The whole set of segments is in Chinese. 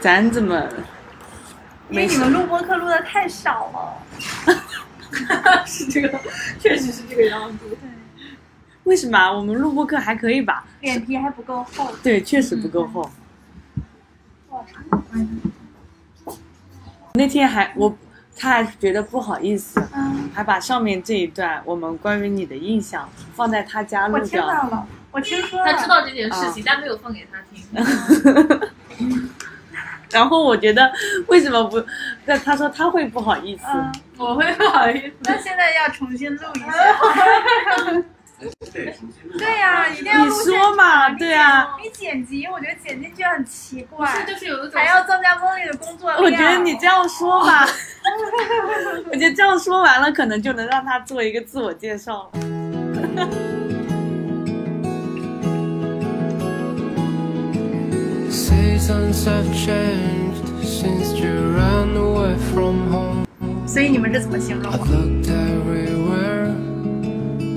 咱怎么因为你们录播课录的太少了。 是这个，确实是这个样子。为什么啊我们录播课还可以吧？脸皮还不够厚，对，确实不够厚。嗯哇，那天还我他还觉得不好意思，嗯，还把上面这一段我们关于你的印象放在他家我录听的。到了，我听说了，他知道这件事嗯情，但没有放给他听。然后我觉得为什么不？那他说他会不好意思。嗯，我会不好意思。 那现在要重新录一下，对，重新录吧对呀、一定要嗯你录现说嘛，对啊，你剪辑，我觉得剪进去很奇不是，怪，就是有一种还要增加梦里的工作 量。我觉得你这样说 吧，我觉得这样说完了，可能就能让他做一个自我介绍了。 Seasons have changed since you ran away from home. 所以你们这怎么形 容 I've looked everywhere,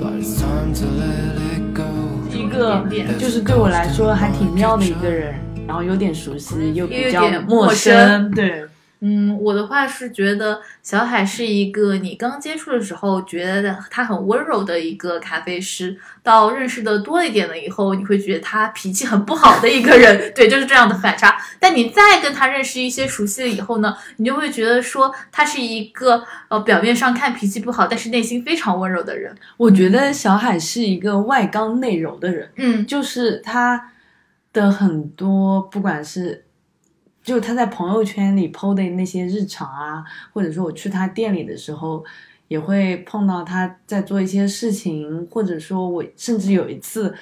but it's time to let it go. 一个就是对我来说还挺妙的一个人，然后有点熟悉又比较又有点陌生生，对，嗯，我的话是觉得小海是一个你刚接触的时候觉得他很温柔的一个咖啡师，到认识的多一点了以后，你会觉得他脾气很不好的一个人，对，就是这样的反差。但你再跟他认识一些熟悉了以后呢，你就会觉得说他是一个呃表面上看脾气不好，但是内心非常温柔的人。我觉得小海是一个外刚内柔的人，嗯，就是他的很多，不管是就他在朋友圈里 PO 的那些日常啊，或者说我去他店里的时候，也会碰到他在做一些事情，或者说我甚至有一次，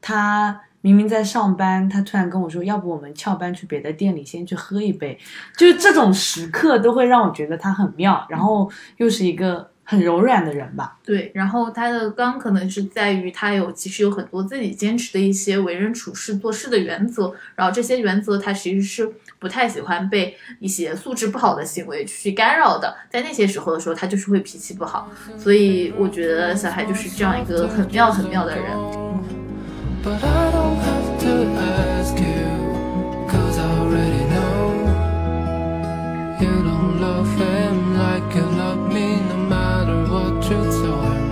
他明明在上班，他突然跟我说，要不我们翘班去别的店里先去喝一杯，就是这种时刻都会让我觉得他很妙，然后又是一个很柔软的人吧。对，然后他的刚可能是在于他有其实有很多自己坚持的一些为人处事做事的原则，然后这些原则他其实是不太喜欢被一些素质不好的行为去干扰的，在那些时候的时候，他就是会脾气不好，所以我觉得小海就是这样一个很妙很妙的人。 But I don't have to ask you, cause I already know. You don't love him like you love me, no matter what you tell him.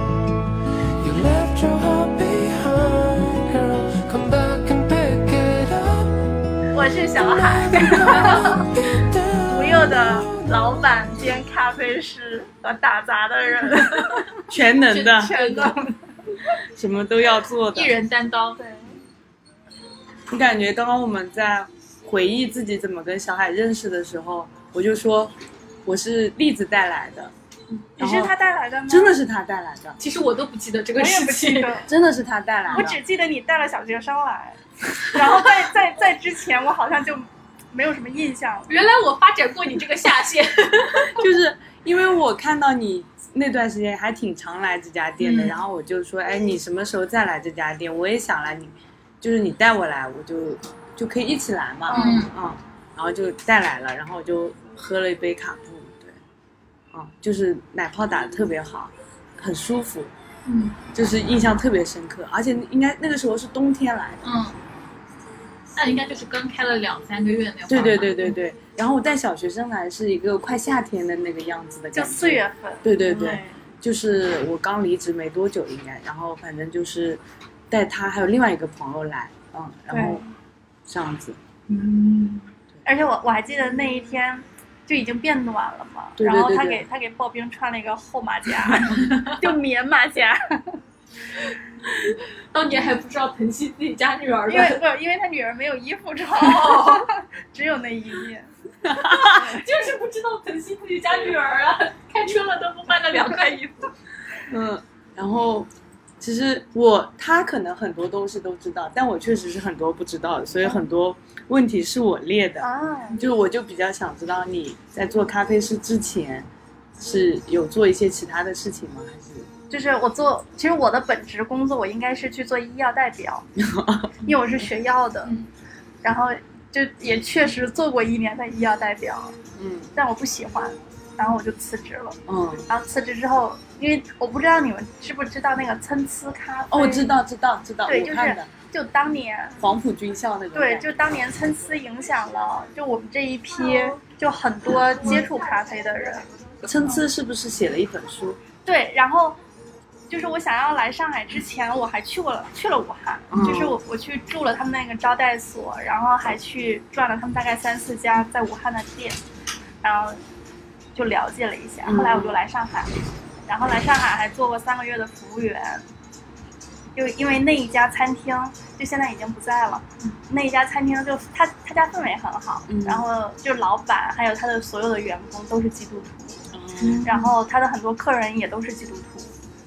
You left your heart behind, girl. Come back and pick it up. 我是小海，无忧的老板兼咖啡师和打杂 的人，全能的，全能。什么都要做的一。人担当，对，你感觉刚刚我们在回忆自己怎么跟小海认识的时候，我就说我是栗子带来的，你是他带来的吗？真的，是他带来的，其实我都不记得这我个也事不记情。得，真的是他带来我的。只记得你带了小学生来，然后在在在之前，我好像就没有什么印象。原来我发展过你这个下线，就是因为我看到你那段时间还挺常来这家店的，嗯然后我就说，哎，你什么时候再来这家店？我也想来你，就是你带我来，我就就可以一起来嘛，嗯啊，然后就带来了，然后我就喝了一杯卡布，对，啊，就是奶泡打的特别好，很舒服，嗯，就是印象特别深刻，而且应该那个时候是冬天来的。嗯，那应该就是刚开了两三个月那会儿吧。对对对对对，然后我带小学生来是一个快夏天的那个样子的感觉，就四月份，对对对，就是我刚离职没多久应该，然后反正就是带他还有另外一个朋友来，嗯，然后这样子，嗯，而且我我还记得那一天就已经变暖了嘛，对对然后对他对给他给刨冰穿了一个厚马甲， 就棉马甲，当年还不知道疼惜自己家女儿因为不因为他女儿没有衣服 穿，只有那一件。就是不知道疼惜自己家女儿啊，开春了都不换那两块衣服。嗯，然后其实我他可能很多东西都知道，但我确实是很多不知道的，所以很多问题是我列的，啊，就是我就比较想知道你在做咖啡师之前是有做一些其他的事情吗？还是就是我做，其实我的本职工作我应该是去做医药代表，因为我是学药的嗯，然后就也确实做过一年的医药代表，嗯但我不喜欢，然后我就辞职了。嗯然后辞职之后，因为我不知道你们知不知道那个参差咖啡，哦，我知，道知道知道，嗯对我就是看的，就当年黄埔军校那种对，感觉。就当年参差影响了，就我们这一批哦就很多接触咖啡的人。参嗯差是不是写了一本书？对，然后就是我想要来上海之前，我还去过了去了武汉，就是我我去住了他们那个招待所，然后还去转了他们大概三四家在武汉的店，然后就了解了一下。后来我就来上海，然后来上海还做过三个月的服务员。就因为那一家餐厅，就现在已经不在了。那一家餐厅就他他家氛围很好，嗯然后就老板还有他的所有的员工都是基督徒，嗯然后他的很多客人也都是基督徒，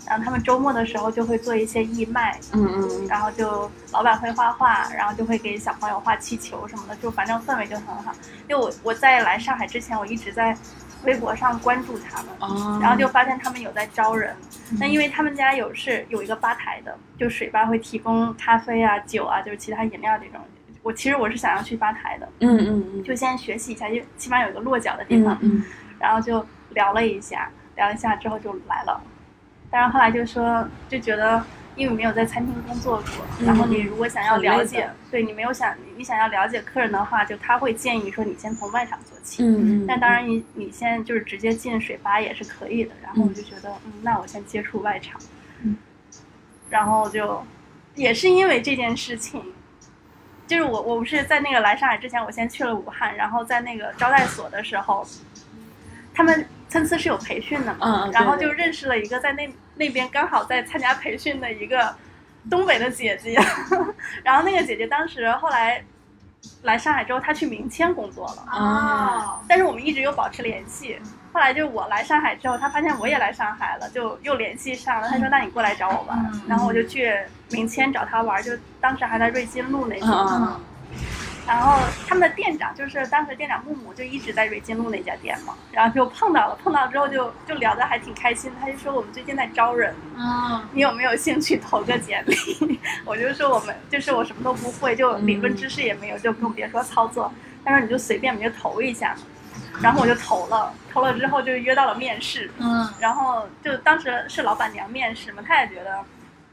然后他们周末的时候就会做一些义卖，嗯嗯然后就老板会画画，然后就会给小朋友画气球什么的，就反正氛围就很好。因为我我在来上海之前，我一直在微博上关注他们，哦然后就发现他们有在招人。嗯那因为他们家有是有一个吧台的，就水吧会提供咖啡啊、酒啊，就是其他饮料这种。我其实我是想要去吧台的，嗯嗯嗯，就先学习一下，就起码有一个落脚的地嗯方。嗯然后就聊了一下，聊一下之后就来了。但是后来就说，就觉得因为没有在餐厅工作过，嗯然后你如果想要了很累解，对你没有想你想要了解客人的话，就他会建议说你先从外场做起。嗯嗯，但当然你，你先就是直接进水吧也是可以的。然后我就觉得，嗯，那我先接触外场。嗯。然后就也是因为这件事情，就是我我不是在那个来上海之前，我先去了武汉，然后在那个招待所的时候，他们参差是有培训的嘛，嗯嗯对然后对就认识了一个在那那边刚好在参加培训的一个东北的姐姐， 然后那个姐姐当时后来来上海之后，她去明谦工作了。啊但是我们一直有保持联系。后来就我来上海之后，他发现我也来上海了，就又联系上了。他说：“那你过来找我玩。嗯然后我就去明谦找他玩，就当时还在瑞金路那嗯边。嗯然后他们的店长就是当时店长木木，就一直在瑞金路那家店嘛。然后就碰到了，碰到之后就就聊得还挺开心。他就说我们最近在招人，嗯你有没有兴趣投个简历？ 我就说我们就是我什么都不会，就理论知识也没有，就更别说操作。他说你就随便，你就投一下嘛。然后我就投了，投了之后就约到了面试，嗯然后就当时是老板娘面试嘛，她也觉得，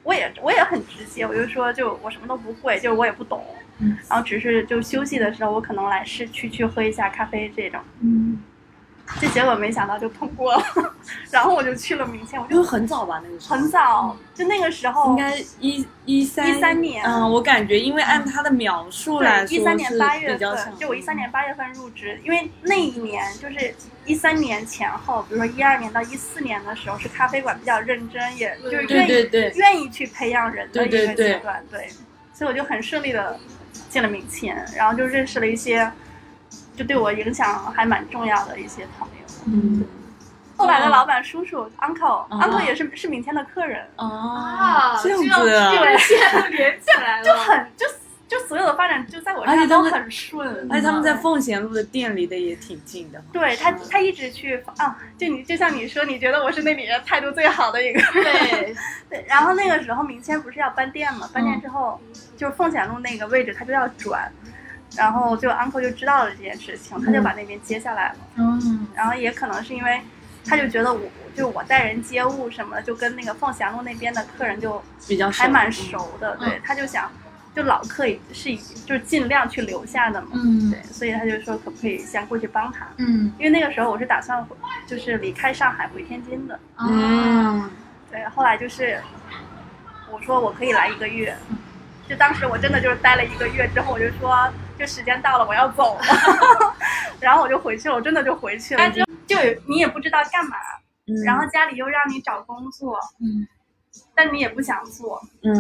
我也我也很直接，我就说就我什么都不会，就是我也不懂，嗯然后只是就休息的时候我可能来市区去喝一下咖啡这种，嗯，这结果没想到就通过了， 然后我就去了明天，我因为就很早吧，那个时候很早，就那个时候应该一一三13年嗯，我感觉因为按他的描述来说对，一三年八是月比较嗯像份，就我一三年八月份入职，因为那一年就是一三年前后，比如说一二年到一四年的时候，是咖啡馆比较认真，也就是愿对意对对，愿意去培养人的一对个对对阶段，对所以我就很顺利的进了明谦，然后就认识了一些，就对我影响还蛮重要的一些朋友。嗯后来的老板叔叔 uncle、哦 uncle 也是是明天的客人，哦，啊，这样这子啊这个线连起来了， 就很就就所有的发展就在我而身且上他都们很顺，哎而且他们在奉贤路的店离得也挺近的，对他，他一直去啊，就你就像你说，你觉得我是那里人态度最好的一个。对， 对，然后那个时候明谦不是要搬店嘛，搬店之后、就是奉贤路那个位置他就要转，然后就 uncle 就知道了这件事情，他就把那边接下来了。嗯然后也可能是因为他就觉得我就我待人接物什么的，就跟那个奉贤路那边的客人就比较熟还蛮。熟的，对，他就想就老客是以就是尽量去留下的嘛，嗯对，所以他就说可不可以先过去帮他。嗯因为那个时候我是打算回就是离开上海回天津的，啊 Mm. 对，后来就是我说我可以来一个月，就当时我真的就是待了一个月之后，我就说就时间到了我要走了， 然后我就回去了，我真的就回去了，哎这就有你也不知道干嘛，嗯然后家里又让你找工作，嗯但你也不想做，嗯，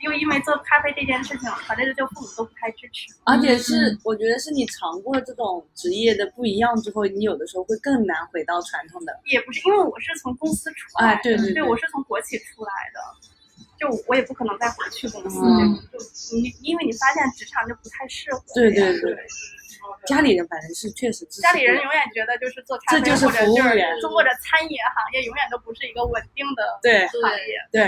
又因为做咖啡这件事情，反正就父母都不太支持。而且是我觉得是你尝过这种职业的不一样之后，你有的时候会更难回到传统的。也不是因为我是从公司出来的，哎对对对我是从国企出来的，就我也不可能再回去公司，嗯就你因为你发现职场就不太适合这对样，对对对家里人反正是确实支持家里人永远觉得就是做咖啡这就是或者服务就是员做或者餐饮行业永远都不是一个稳定的对行业，对，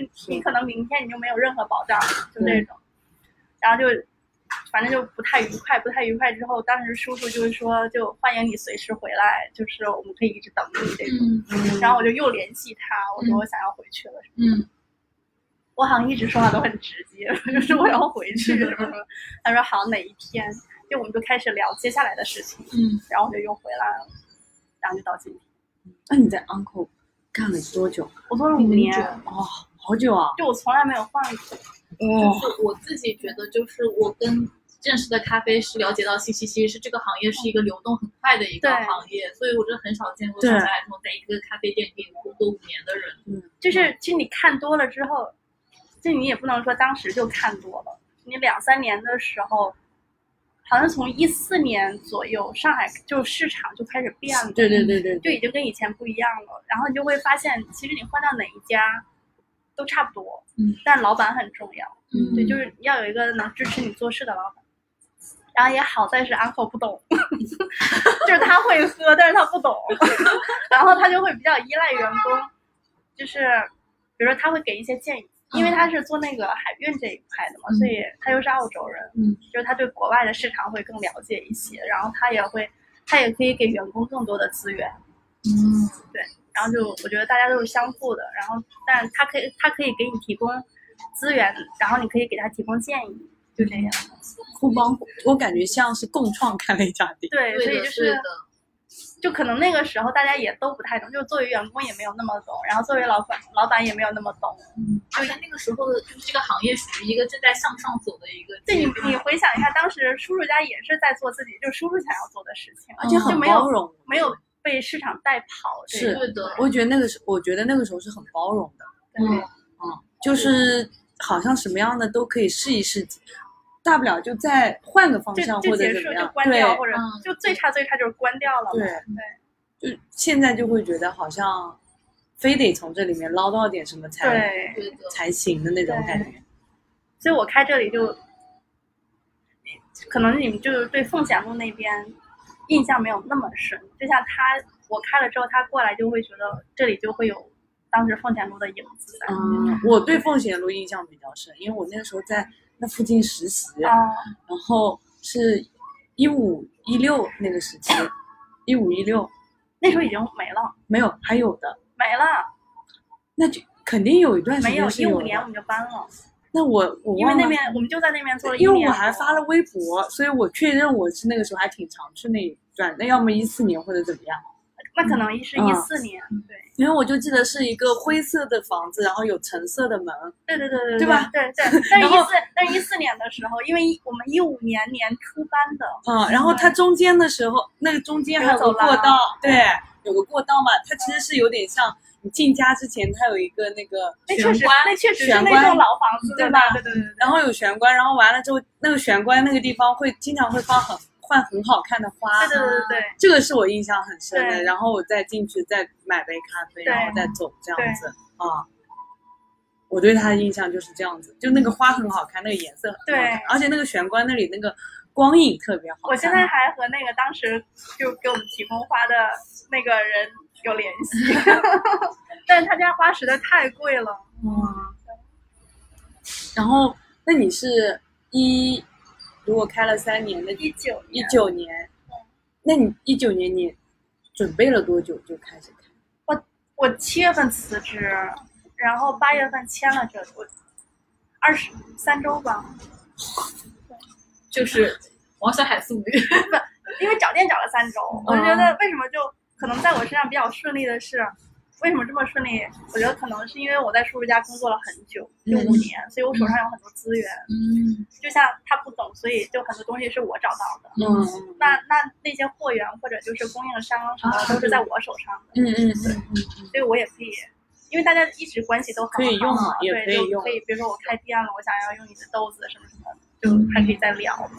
就你可能明天你就没有任何保障，就那嗯种，然后就反正就不太愉快，不太愉快之后，当时叔叔就是说就欢迎你随时回来，就是我们可以一直等你这种。嗯然后我就又联系他，我说嗯我想要回去了，嗯我好像一直说话都很直接， 就是我要回去什么什么。他说好哪一天，就我们就开始聊接下来的事情，嗯，然后我就又回来了，然后就到今天，那你在 Uncle 干了多久？我做了嗯五年，哦，好久啊！就我从来没有换过。哦，就是我自己觉得，就是我跟认识的咖啡师了解到信息，其实这个行业是一个流动很快的一个对行业，所以我真的很少见过对像小海这种在一个咖啡店可以工作五年的人。嗯就是其实你看多了之后，就你也不能说当时就看多了，你两三年的时候，好像从一四年左右，上海就市场就开始变了，对对对对就对，已经跟以前不一样了。然后你就会发现，其实你换到哪一家都差不多，嗯，但老板很重要，嗯对，就是要有一个能支持你做事的老板。然后也好在是 uncle 不懂， 就是他会喝，但是他不懂， 然后他就会比较依赖员工，就是比如说他会给一些建议，因为他是做那个海运这一块的嘛，嗯所以他又是澳洲人，嗯，就是他对国外的市场会更了解一些，然后他也会，他也可以给员工更多的资源，嗯，然后就我觉得大家都是相互的，然后但他可以他可以给你提供资源，然后你可以给他提供建议，就这样。互帮，我感觉像是共创开了一家店。对，所对以的，对就是的，就可能那个时候大家也都不太懂，就是作为员工也没有那么懂，然后作为老板老板也没有那么懂。而且那个时候的就是这个行业属于一个正在向上走的一个对阶你段，你回想一下，当时叔叔家也是在做自己就叔叔想要做的事情，而且哦就很没有包容，没有被市场带跑。这是个对的，我觉得那个时，我觉得那个时候是很包容的，对就是好像什么样的都可以试一试，大不了就再换个方向就或就者怎结么束就样，关对掉，或者嗯就最差最差就是关掉了嘛。对对，就现在就会觉得好像非得从这里面捞到点什么才对，对的，才行的那种对感觉。所以我开这里就，可能你们就是对凤翔路那边印象没有那么深，就像他我开了之后，他过来就会觉得这里就会有当时凤翔路的影子在。嗯，我对奉贤路印象比较深，因为我那时候在那附近实习，啊，然后是一五一六那个时期，一五一六那时候已经没了，没有，还有的，没了，那就肯定有一段时没有间是一五的年我们就搬了，那我我因为忘了那边我们就在那边做了一因年为我多。还发了微博，所以我确认我是那个时候还挺常去那一段，那要么一四年或者怎么样。那可能是嗯一四年，对因为我就记得是一个灰色的房子，然后有橙色的门，对对对对对吧？对 对。但是然一后四但是一四年的时候，因为一我们一五年年初搬的，嗯，然后它中间的时候，那个中间还有个有走嗯廊过道，对，有个过道嘛，它其实是有点像你进家之前，它有一个那个那哎确实啊玄关，那确实是玄那关栋老房子对吧吧？对对对对。然后有玄关，然后完了之后，那个玄关那个地方会经常会放很换很好看的花，对对对对对。这个是我印象很深的。对然后我再进去再买杯咖啡，对然后再走这样子啊、我对他的印象就是这样子，就那个花很好看，那个颜色很好看对，而且那个玄关那里那个光影特别好看。啊我现在还和那个当时就给我们提供花的那个人有联系，但是他家花实在太贵了。然后那你是一如果开了三年，那一九一九年，那你一九年你准备了多久就开始开？我七月份辞职，然后八月份签了这我二十三周吧，就是王小海 素女，因为找店找了三周，我就觉得为什么就可能在我身上比较顺利的是，为什么这么顺利？我觉得可能是因为我在叔叔家工作了很久，就五年，所以我手上有很多资源。嗯，就像他不懂，所以就很多东西是我找到的。嗯那那那些货源或者就是供应商什么的都是在我手上的，嗯嗯嗯，所以我也可以，因为大家一直关系都很好可以用嘛嘛，也可对，以就用可以，比如说我开店了，我想要用你的豆子什么什么的，就嗯还可以再聊嘛。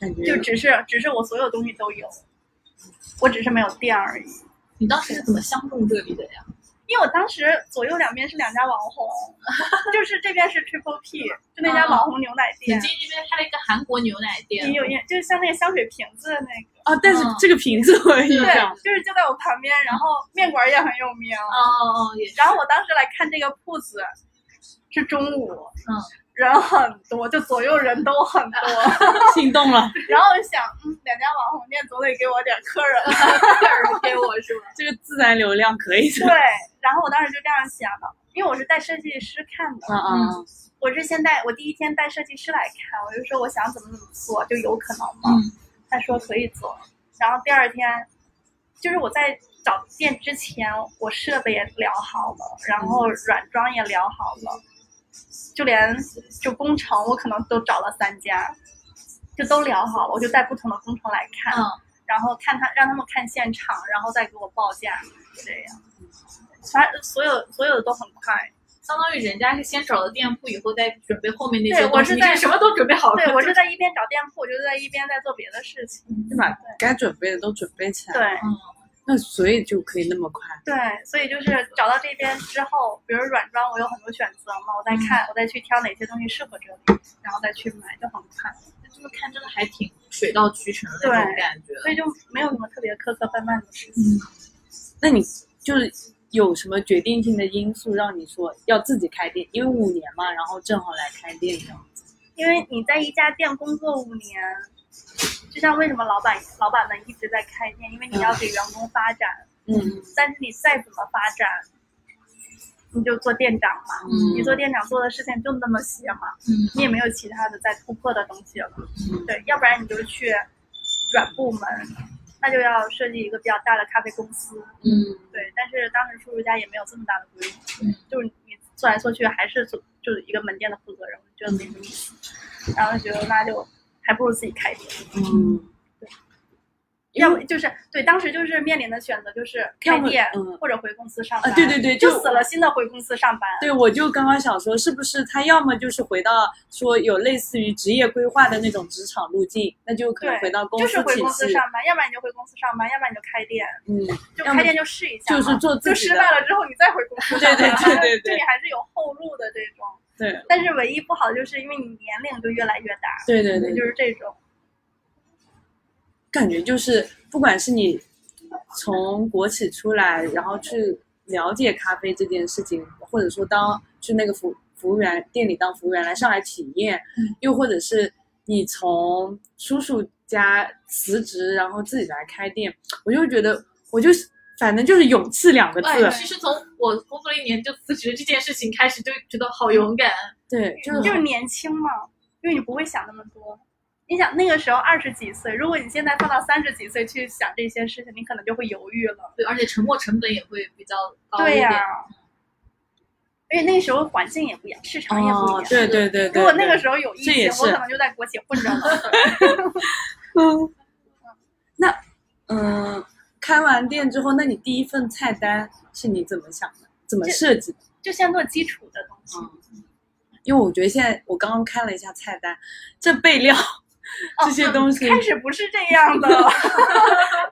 感觉就只是只是我所有东西都有，我只是没有店而已。你当时是怎么相中这里的呀？因为我当时左右两边是两家网红，就是这边是 Triple P，就那啊家网红牛奶北店，京那边开了一个韩国牛奶店也，有也就是像那个香水瓶子的那个。啊，但是嗯这个瓶子我有印象，对，就是就在我旁边，然后面馆也很有名。哦哦，也是然后我当时来看这个铺子是中午，嗯，人很多，就左右人都很多。心动了， 然后我就想，嗯，两家网红店总得给我点客人。有人给我是吧？这个自然流量可以对的。，然后我当时就这样想的，因为我是带设计师看的，嗯嗯我是先带我第一天带设计师来看，我就说我想怎么怎么做，就有可能吗？他说可以做，然后第二天，就是我在找店之前，我设备也聊好了，然后软装也聊好了，就连就工程我可能都找了三家，就都聊好了，我就带不同的工程来看，嗯然后看他让他们看现场，然后再给我报价，这样，反正所有所有的都很快。相当于人家是先找了店铺，以后再准备后面那对些我东是西，在你什么都准备好了。 对我是在一边找店铺，我就在一边在做别的事情。 就把该准备的都准备起来，嗯对，那所以就可以那么快。对，所以就是找到这边之后，比如软装，我有很多选择嘛，我再看，我再去挑哪些东西适合这里，然后再去买，就很快，就是看真的还挺水到渠成的那种感觉。所以就没有什么特别磕磕绊绊的事情。那你就是有什么决定性的因素让你说要自己开店？因为五年嘛，然后正好来开店这样。因为你在一家店工作五年，就像为什么老板老板们一直在开店，因为你要给员工发展，嗯但是你再怎么发展，你就做店长嘛，嗯你做店长做的事情就那么些嘛，嗯你也没有其他的再突破的东西了。嗯对，要不然你就去转部门，那就要设计一个比较大的咖啡公司。嗯对，但是当时叔叔家也没有这么大的规模，就是你做来做去还是做就是一个门店的负责人，我就觉得没什么意思，然后就觉得那就还不如自己开店。嗯，啊要不就是对，当时就是面临的选择就是开要么店、嗯或者回公司上啊班。对对对就就死了心的回公司上班。对，我就刚刚想说，是不是他要么就是回到说有类似于职业规划的那种职场路径，那就可能对回到公就司是回体公司系，上班，要不然你就回公司上班，要不然你就开店，嗯，就要么开店就试一下嘛，就是做自就己失的败了之后你再回公司上对班，对对对这对里还是有后路的这种。对但是唯一不好的就是因为你年龄就越来越大，对对对，就是这种。感觉就是，不管是你从国企出来，然后去了解咖啡这件事情，或者说当去那个服服务员店里当服务员来上海体验，又或者是你从叔叔家辞职，然后自己来开店，我就觉得，我就反正就是勇气两个哎，字，其实从我工作了一年就辞职这件事情开始，就觉得好勇敢。啊对，就是就是年轻嘛，因为你不会想那么多。你想那个时候二十几岁，如果你现在放到三十几岁去想这些事情，你可能就会犹豫了。对，而且沉没成本也会比较高一对点。呀、而且那个时候环境也不一样，市场也不一样。哦，对对对对，如果那个时候有疫这也情，我是可能就在国企混 着了。嗯，那嗯、开完店之后，那你第一份菜单是你怎么想的？怎么设计的？就先做基础的东西。嗯因为我觉得现在我刚刚看了一下菜单，这备料、这些东西，哦嗯开始不是这 样的，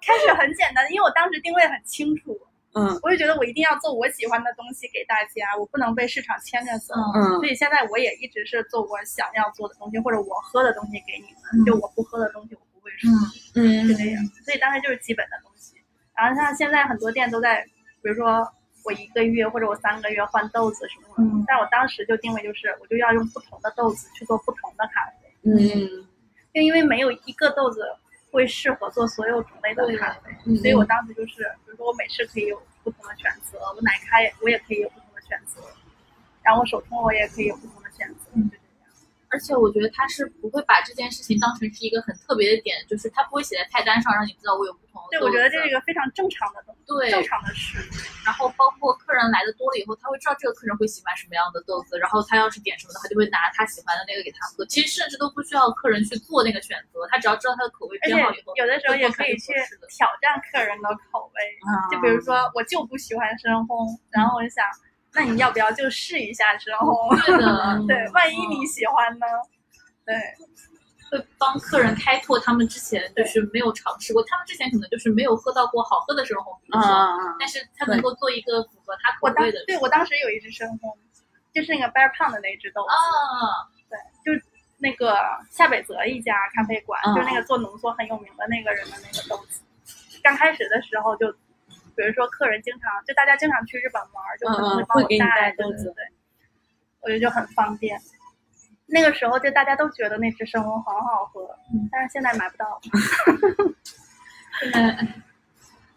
开始很简单，因为我当时定位很清楚，嗯我就觉得我一定要做我喜欢的东西给大家，我不能被市场牵着走。嗯嗯所以现在我也一直是做我想要做的东西，或者我喝的东西给你们，就我不喝的东西我不会说，就这嗯样。所以当时就是基本的东西。然后像现在很多店都在，比如说我一个月或者我三个月换豆子什么的，嗯但我当时就定位就是我就要用不同的豆子去做不同的咖啡。嗯就因为没有一个豆子会适合做所有种类的咖啡，嗯所以我当时就是，比如说我美式可以有不同的选择，我奶咖也我也可以有不同的选择，然后我手冲我也可以有不同的选择，就这样。而且我觉得他是不会把这件事情当成是一个很特别的点，就是他不会写在菜单上让你知道我有不同的。对，我觉得这是一。个非常正常的东西，对正常的事。然后包括客人来的多了以后，他会知道这个客人会喜欢什么样的豆子，然后他要是点什么的，他就会拿他喜欢的那个给他喝。其实甚至都不需要客人去做那个选择，他只要知道他的口味而且偏好以后，有的时嗯候也可以去挑战客人的口味，就比如说我就不喜欢深烘，然后我就想，那你要不要就试一下深烘？ 对的，对，万一你喜欢呢？对，会帮客人开拓他们之前就是没有尝试过，他们之前可能就是没有喝到过好喝的生活，比如说，啊但是他能够做一个符合他口嗯我当味的对我当时有一只深烘，就是那个 Bear Pound 的那只豆子，啊，就是那个夏北泽一家咖啡馆，嗯就是那个做浓缩很有名的那个人的那个豆子。刚开始的时候就，比如说客人经常就大家经常去日本玩，就可嗯嗯能会帮我会给你带对豆对子对，我觉得就很方便。那个时候就大家都觉得那只生烘嗯很好喝，但是现在买不到。现在。哎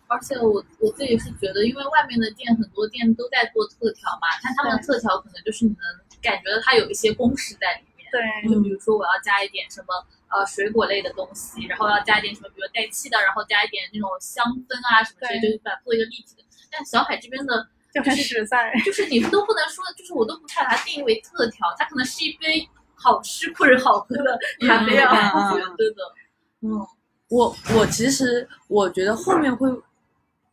而且我我自己是觉得，因为外面的店很多店都在做特调嘛，但他们的特调可能就是你能感觉到它有一些公式在里面。对，嗯就比如说我要加一点什么呃水果类的东西，然后要加一点什么，比如带气的，然后加一点那种香氛啊什么之类，对就是把它做一个立体的。但小海这边的，就很实在。 就是你都不能说，就是我都不太把它定义为特调，它可能是一杯好吃或者好喝的咖啡啊，嗯我觉得的。我我其实我觉得后面会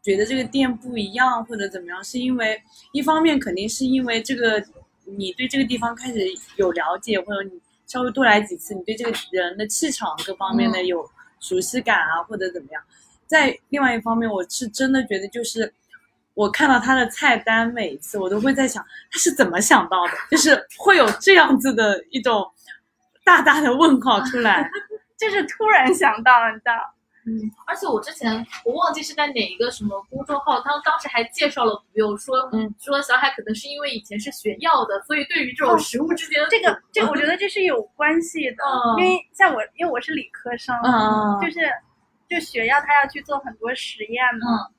觉得这个店不一样或者怎么样，是因为一方面肯定是因为这个你对这个地方开始有了解，或者你稍微多来几次，你对这个人的气场各方面的有熟悉感啊，或者怎么样。在另外一方面，我是真的觉得就是。我看到他的菜单，每一次我都会在想他是怎么想到的，就是会有这样子的一种大大的问号出来。就是突然想到，你知道，嗯，而且我之前我忘记是在哪一个什么公众号，他当时还介绍了补柚，说嗯说小海可能是因为以前是学药的，所以对于这种哦食物之间的这个这个我觉得这是有关系的，嗯因为像我，因为我是理科生，嗯嗯嗯就是就学药，它要去做很多实验嘛。嗯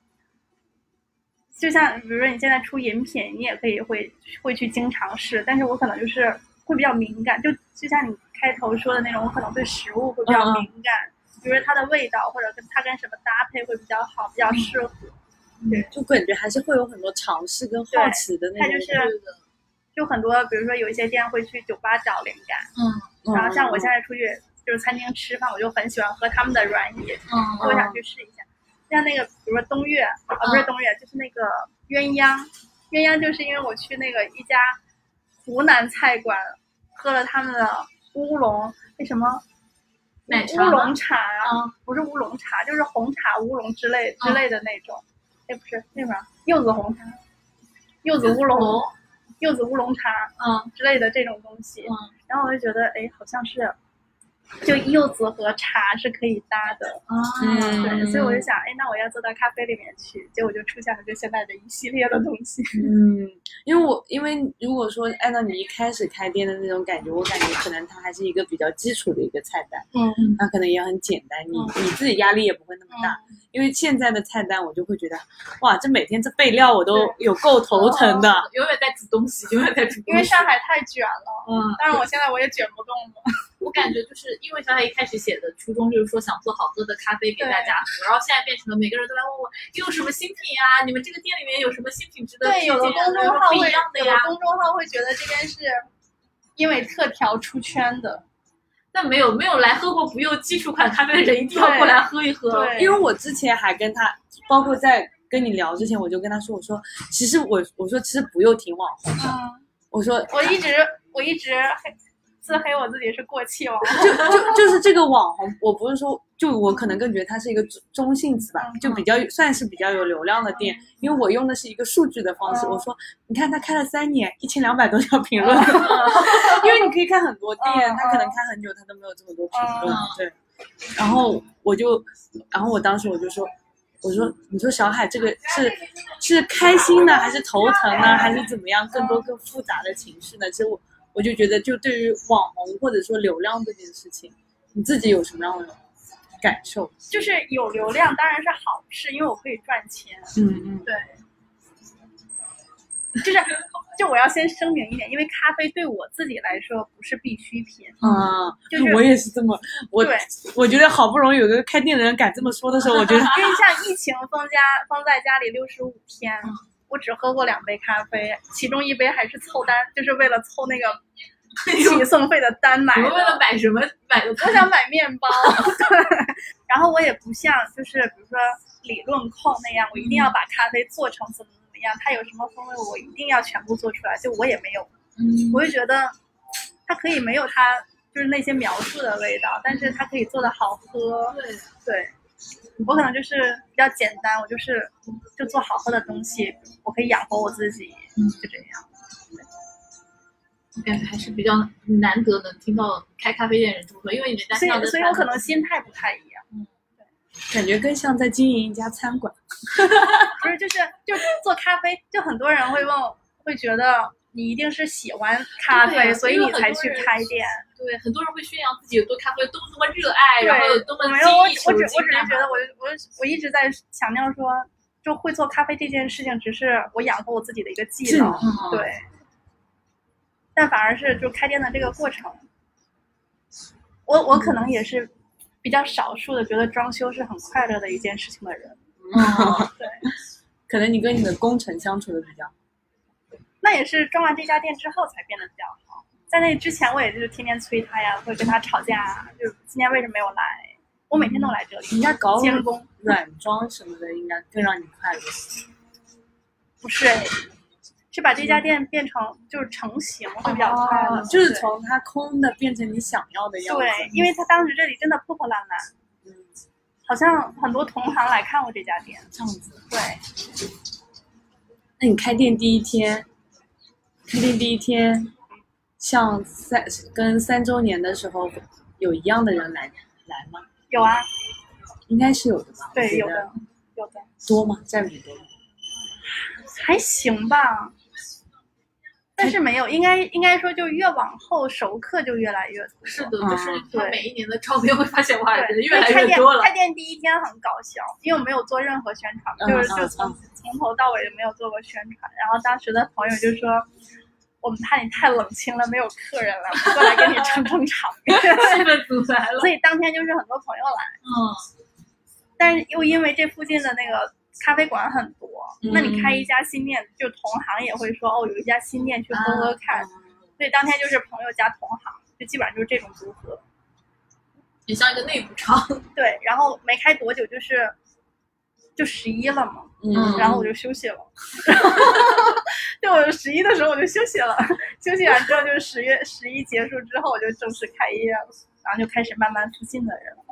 就像比如说你现在出饮品，你也可以会会去经常试，但是我可能就是会比较敏感，就就像你开头说的那种，我可能对食物会比较嗯嗯敏感，比如说它的味道或者跟它跟什么搭配会比较好，嗯比较适合。就感觉还是会有很多尝试跟好奇的那它种。就是就很多，比如说有一些店会去酒吧找灵感。嗯然后像我现在出去就是餐厅吃饭，我就很喜欢喝他们的软饮，嗯我想去试一下。像那个，比如说东岳，啊不是东岳，就是那个鸳鸯，鸳鸯就是因为我去那个一家湖南菜馆喝了他们的乌龙那什么奶乌茶吗龙茶啊，不是乌龙茶，就是红茶乌龙之类之类的那种，哎不是那什么柚子红茶，柚子乌龙，柚子乌龙茶，嗯之类的这种东西。嗯然后我就觉得，哎，好像是，就柚子和茶是可以搭的。啊，对，所以我就想，哎，那我要做到咖啡里面去，结果就出现了这现在的一系列的东西。嗯，因为我因为如果说按照你一开始开店的那种感觉，我感觉可能它还是一个比较基础的一个菜单，嗯，它可能也很简单，你你自己压力也不会那么大。因为现在的菜单，我就会觉得，哇，这每天这备料我都有够头疼的。哦永远在煮东西，永远在煮东西。 因为上海太卷了，嗯，但是我现在我也卷不动了。我感觉就是因为小海一开始写的初衷就是说想做好喝的咖啡给大家喝，然后现在变成了每个人都来问我有什么新品啊，你们这个店里面有什么新品值得推对，荐有啊的公众号有什么不会，啊一样的有的呀，公众号会觉得这边是因为特调出圈的。但没有没有来喝过不用基础款咖啡的人一定要过来喝一喝。对，因为我之前还跟他，包括在跟你聊之前，我就跟他说，我说其实我我说其实不用挺网红，嗯，我说我一直我一直黑自黑我自己是过气王，就就是这个网红，我不是说，就我可能更觉得它是一个中中性词吧嗯，就比较算是比较有流量的店，因为我用的是一个数据的方式。嗯我说，你看他开了三年，一千两百多条评论， 因为你可以看很多店，嗯他可能开很久，他都没有这么多评论嗯。对，然后我就，然后我当时我就说，我说，你说小海这个是是开心呢，还是头疼呢，还是怎么样？更多更复杂的情绪呢？其实我我就觉得，就对于网红或者说流量这件事情，你自己有什么样的感受？就是有流量当然是好事，因为我可以赚钱。嗯嗯，就是，就我要先声明一点，因为咖啡对我自己来说不是必需品。啊，嗯就是我也是这么，我对，我觉得好不容易有个开店的人敢这么说的时候，我 觉得因为像疫情封家封在家里六十五天，嗯我只喝过两杯咖啡，其中一杯还是凑单，就是为了凑那个起送费的单买哎你们为的。了买什么买的？我想买面包，对。然后我也不像就是比如说理论控那样，我一定嗯要把咖啡做成怎么怎么样，它有什么风味我一定要全部做出来，就我也没有。嗯，我就觉得它可以没有它就是那些描述的味道，但是它可以做的好喝。对对，我可能就是比较简单，我就是就做好喝的东西，我可以养活我自己，嗯就这样。感觉还是比较难得能听到开咖啡店人这么说，因为人家所看到以，的所以我可能心态不太一样，感觉更像在经营一家餐馆。不是就是就是做咖啡，就很多人会问我，会觉得你一定是喜欢咖对啡，啊所以因为你很才多去人开店。对很多人会宣扬自己有多咖啡多么热爱，对然后有多么没有，我精益只我求只精我只是啊觉得我，我我一直在强调说，就会做咖啡这件事情，只是我养活我自己的一个技能，啊对。但反而是就开店的这个过程，我我可能也是比较少数的觉得装修是很快乐的一件事情的人。嗯对， 可能你跟你的工程相处的比较好，那也是装完这家店之后才变得比较好。在那之前，我也就是天天催他呀，会跟他吵架啊，就是今天为什么没有来？我每天都来这里，人家哦搞监工软装什么的，应该更让你快乐。不是哎，是把这家店变成就是成型会比较快乐，哦就是从它空的变成你想要的样子。对，因为他当时这里真的破破烂烂，嗯，好像很多同行来看过这家店，这样子。对，那你开店第一天，开店第一天，像三跟三周年的时候有一样的人来来吗？有啊，应该是有的吧？我对，觉有得的，有的，多吗？占比多吗？还行吧。但是没有，应该应该说，就越往后熟客就越来越多。是的，就是嗯他对每一年的照片会发现哇，人对，越来开越店多 了开。店第一天很搞笑，因为我没有做任何宣传，嗯就是嗯就从从头到尾没有做过宣传。然后当时的朋友就说：“我们怕你太冷清了，没有客人了，我们过来给你 撑撑场面。 气氛组来”了，所以当天就是很多朋友来，嗯，但是又因为这附近的那个咖啡馆很多，嗯那你开一家新店，就同行也会说：“哦，有一家新店嗯去喝喝看。所以当天就是朋友加同行，就基本上就是这种组合。也像一个内部场，对，然后没开多久就是就十一了嘛，嗯然后我就休息了。 对，我十一的时候我就休息了，休息完之后就是十月十一结束之后我就正式开业了，然后就开始慢慢附近的人了。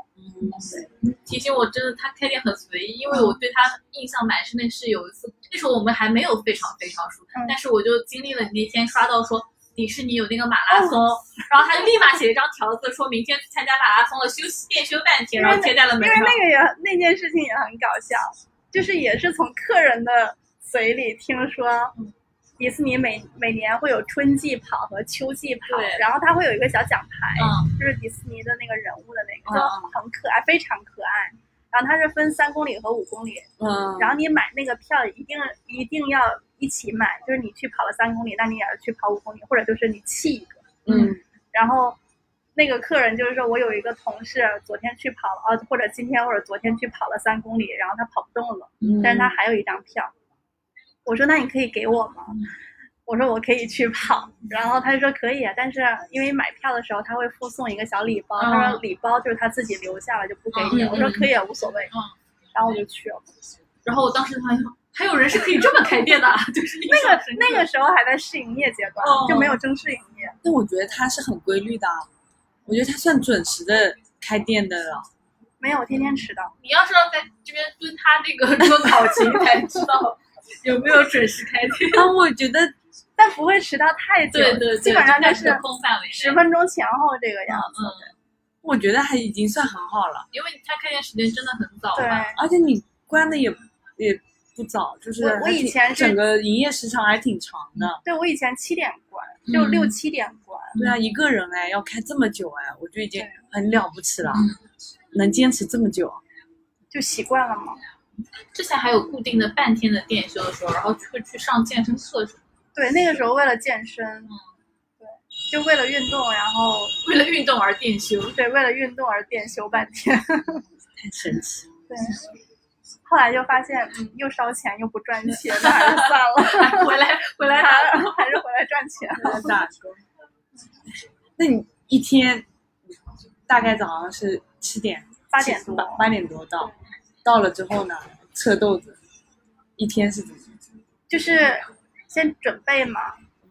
提醒我，真的他开店很随意，因为我对他印象蛮深的是有一次，那时候我们还没有非常非常熟，嗯但是我就经历了你那天刷到说迪士尼有那个马拉松，哦然后他就立马写了一张条子说明天去参加马拉松了，休息店休半天，因为然后贴在了因门为上。那个也那件事情也很搞笑，就是也是从客人的嘴里听说。迪士尼每每年会有春季跑和秋季跑对，然后它会有一个小奖牌，嗯，就是迪士尼的那个人物的那嗯个，就很可爱，非常可爱。然后它是分三公里和五公里，嗯，然后你买那个票一定一定要一起买，就是你去跑了三公里，那你也要去跑五公里，或者就是你弃一个。嗯然后那个客人就是说我有一个同事昨天去跑了，啊，或者今天或者昨天去跑了三公里，然后他跑不动了，嗯，但是他还有一张票。我说那你可以给我吗？嗯我说我可以去跑，然后他就说可以啊，但是因为买票的时候他会附送一个小礼包，他说礼包就是他自己留下了就不给你。嗯嗯我说可以啊，无所谓。嗯然后我就去了。然后我当时就想，还有人是可以这么开店的啊，就是印那象个深刻那个时候还在试营业阶段，哦就没有正式营业。但我觉得他是很规律的啊，我觉得他算准时的开店的 了。没有，天天迟到。你要是要在这边蹲他这个桌考勤才知 道有没有准时开店。但我觉得但不会迟到太久，对对对，基本上就在是可控范围内十分钟前后这个样子。嗯，我觉得还已经算很好了，因为他开店时间真的很早对，嘛。而且你关的也也不早，就是我还我挺以前是嗯整个营业时长还挺长的。对我以前七点关，就六七点关。对啊，一个人哎要开这么久哎，我就已经对嗯很了不起了，能坚持这么久。就习惯了嘛。之前还有固定的半天的店休的时候，然后会去上健身课什么对，那个时候为了健身，对，就为了运动，然后的，为了运动而店休。 对为了运动而店休半天。太神奇了，对，后来就发现，嗯，又烧钱又不赚钱，那还是算了，回来回 来打还还是回来赚钱。 真的打工。那你一天大概早上是七点八点多八八点多到，到了之后呢，扯豆子，一天是怎么？就是先准备嘛。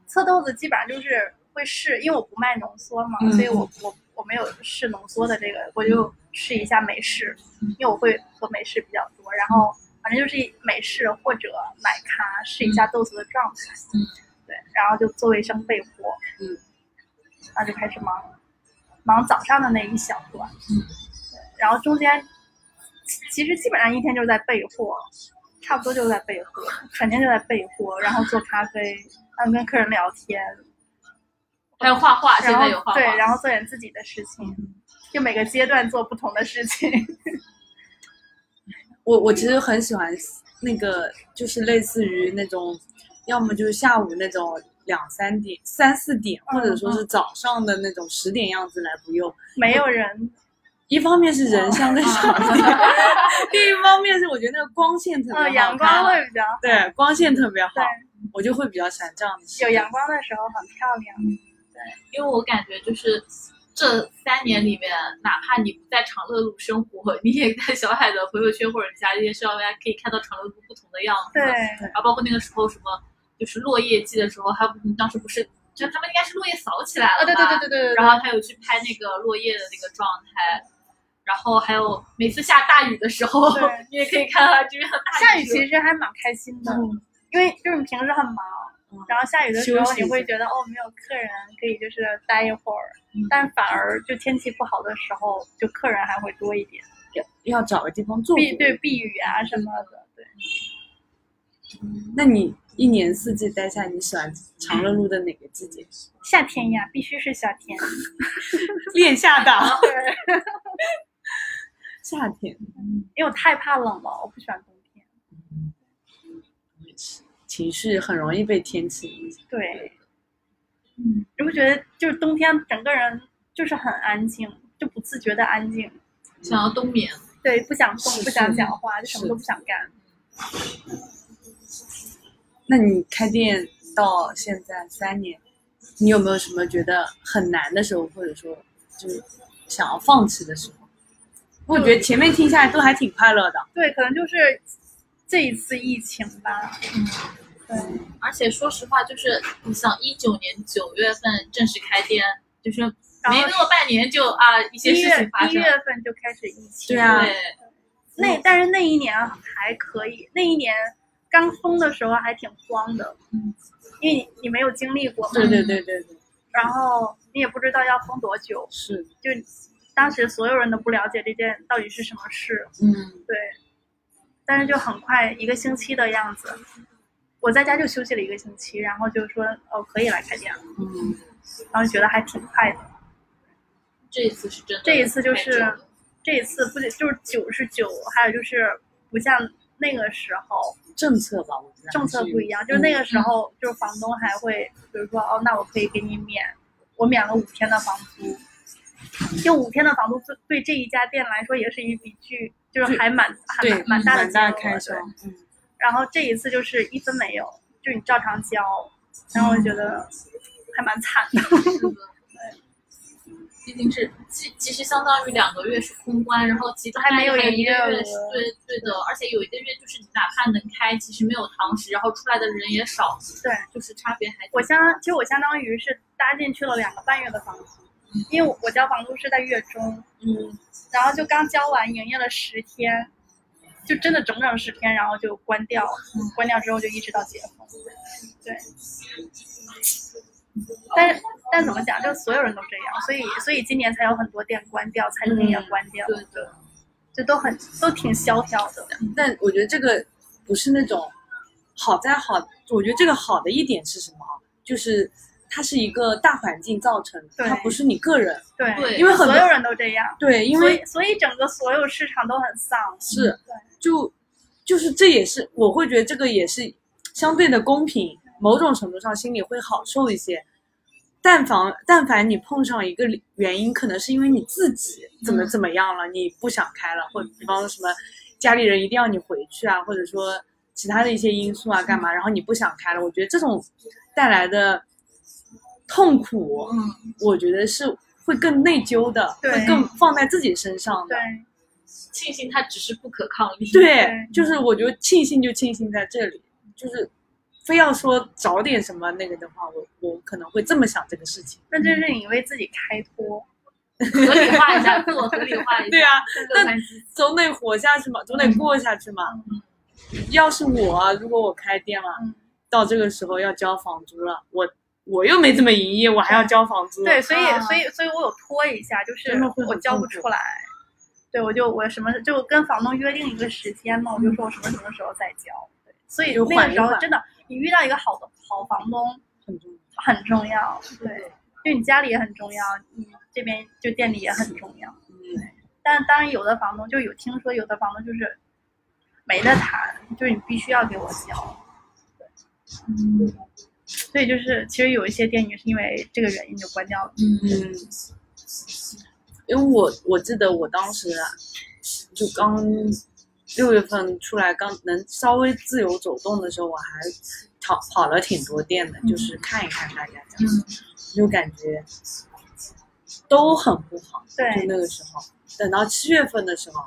测豆子基本上就是会试，因为我不卖浓缩嘛，嗯所以我我我没有试浓缩的这个，我就试一下美式，因为我会喝美式比较多。然后反正就是美式或者奶咖试一下豆子的状态，嗯，对，然后就作为一声备货，嗯，然后就开始忙忙早上的那一小段，嗯对，然后中间其实基本上一天就是在备货，差不多就是在备货，整天就在备货，然后做咖啡，嗯，跟客人聊天，还有画画，现然后在有画画。对，然后做点自己的事情，就每个阶段做不同的事情。我我其实很喜欢那个就是类似于那种，要么就是下午那种两三点、三四点，或者嗯说是早上的那种十点样子来不用。 没有人，一方面是人相嗯对少一点， 另一方面是我觉得那个光线特别好 嗯，看阳光会比较好，对光线特别好对，我就会比较喜欢这样的时有间阳光的时候很漂亮。因为我感觉就是这三年里面，哪怕你不在长乐路生活，你也在小海的朋友圈或者其他一些社交媒体可以看到长乐路不同的样子。对，然后包括那个时候什么，就是落叶季的时候，还有当时不是，就他们应该是落叶扫起来了吧？啊，对对对对对对，然后他有去拍那个落叶的那个状态，然后还有每次下大雨的时候对，你也可以 看到这边的大下雨时候其实还蛮开心的，因为就是你平时很忙，然后下雨的时休候息一你下会觉得哦没有客人，可以就是待一会儿，但反而就天气不好的时候，就客人还会多一点，要找个地方坐避着对避雨啊什么的，对。那你一年四季待下来，你喜欢长乐路的哪个季 节？夏天呀，必须是夏天。恋夏档， 夏天因为我太怕冷了，我不喜欢冬天。情绪很容易被天气影响。对，嗯，你不觉得就是冬天整个人就是很安静，就不自觉的安静，想要冬眠。对，不想动是，不想讲话，就什么都不想干。那你开店到现在三年，你有没有什么觉得很难的时候，或者说就是想要放弃的时候？我觉得前面听下来都还挺快乐的，对，可能就是这一次疫情吧。而且说实话，就是你想一九年九月份正式开店，就是然没后过半年就啊一些一事月情发一生。月份就开始疫情，对啊那嗯但是那一年还可以，那一年刚封的时候还挺慌的，因为你你没有经历过嘛，嗯对对对对对，然后你也不知道要封多久，是，就当时所有人都不了解这件到底是什么事，嗯，对。但是就很快一个星期的样子，我在家就休息了一个星期，然后就说哦可以来开店了，嗯，然后觉得还挺快的。这一次是真的，这一次就是这一次不仅就是九是九，还有就是不像那个时候政策吧，我觉得政策不一样，样，就是那个时嗯候就是房东还会，比如说哦，那我可以给你免，我免了五天的房租，就五天的房租对对这一家店来说也是一笔巨，就是还蛮还对蛮，蛮大的蛮大金额开销对，然后这一次就是一分没有，就你照常交，然嗯后我觉得还蛮惨的。毕竟是其其实相当于两个月是空关，然后其中还没有有营一个业额月是对对的，而且有一个月就是你哪怕能开，其实没有堂食，然后出来的人也少，对，就是差别还挺我相其实我相当于是搭进去了两个半月的房租，因为我我交房租是在月中，嗯，然后就刚交完，营业了十天，就真的整整十天，然后就关掉，嗯关掉之后就一直到结婚，对。嗯但是但怎么讲，就所有人都这样，所以所以今年才有很多店关掉，餐厅也关嗯掉，对对，就都很都挺萧条的，但我觉得这个不是那种好在好，我觉得这个好的一点是什么啊？就是它是一个大环境造成的，对它不是你个人。对，对，因为很所多有人都这样，对，因为所以所以整个所有市场都很丧，是对。就就是这也是我会觉得这个也是相对的公平，某种程度上心里会好受一些。但凡但凡你碰上一个理原因，可能是因为你自己怎么怎么样了，你不想开了，或者比方说什么家里人一定要你回去啊，或者说其他的一些因素啊，干嘛，然后你不想开了，我觉得这种带来的痛苦，嗯，我觉得是会更内疚的，对会更放在自己身上的对。庆幸它只是不可抗力。对对，就是我觉得庆幸就庆幸在这里，就是非要说找点什么那个的话，我我可能会这么想这个事情。那这是你为自己开脱。合理化一下，自我合理化一下。对啊，乐观积极，总得活下去嘛，总得过下去嘛。要是我，啊如果我开店了，嗯到这个时候要交房租了，我我又没怎么营业，我还要交房租。对，所以啊所以所以我有拖一下，就是真的会很我交不出来。对，我就我什么就跟房东约定一个时间嘛，我就说我什么什么时候再交。对，所嗯以就那缓个一时候缓真的，你遇到一个好的好房东很重要。很重要。对，就你家里也很重要，你这边就店里也很重要。嗯，但当然有的房东就有听说有的房东就是没得谈，就是你必须要给我交。嗯所以就是，其实有一些电影是因为这个原因就关掉了。嗯，因为我我记得我当时啊就刚六月份出来，刚能稍微自由走动的时候，我还跑跑了挺多店的，嗯就是看一看大家这样，就感觉都很不好。就对，那个时候，等到七月份的时候，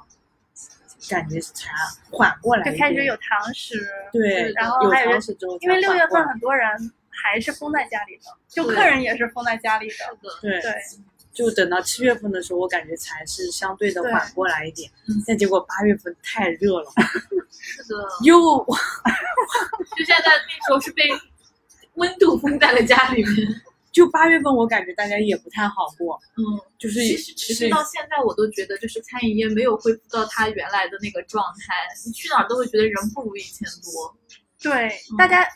感觉才缓过来一就点，开始有堂食，对，然后有还有尝人，试之后才缓过来，因为六月份很多人还是封在家里的，就客人也是封在家里的。对对，就等到七月份的时候，我感觉才是相对的对缓过来一点嗯。但结果八月份太热了，是的，又 就现在那时候是被温度封在了家里面。就八月份，我感觉大家也不太好过，嗯，就是其实就其是实到现在我都觉得，就是餐饮业没有恢复到它原来的那个状态。你去哪儿都会觉得人不如以前多。对，大家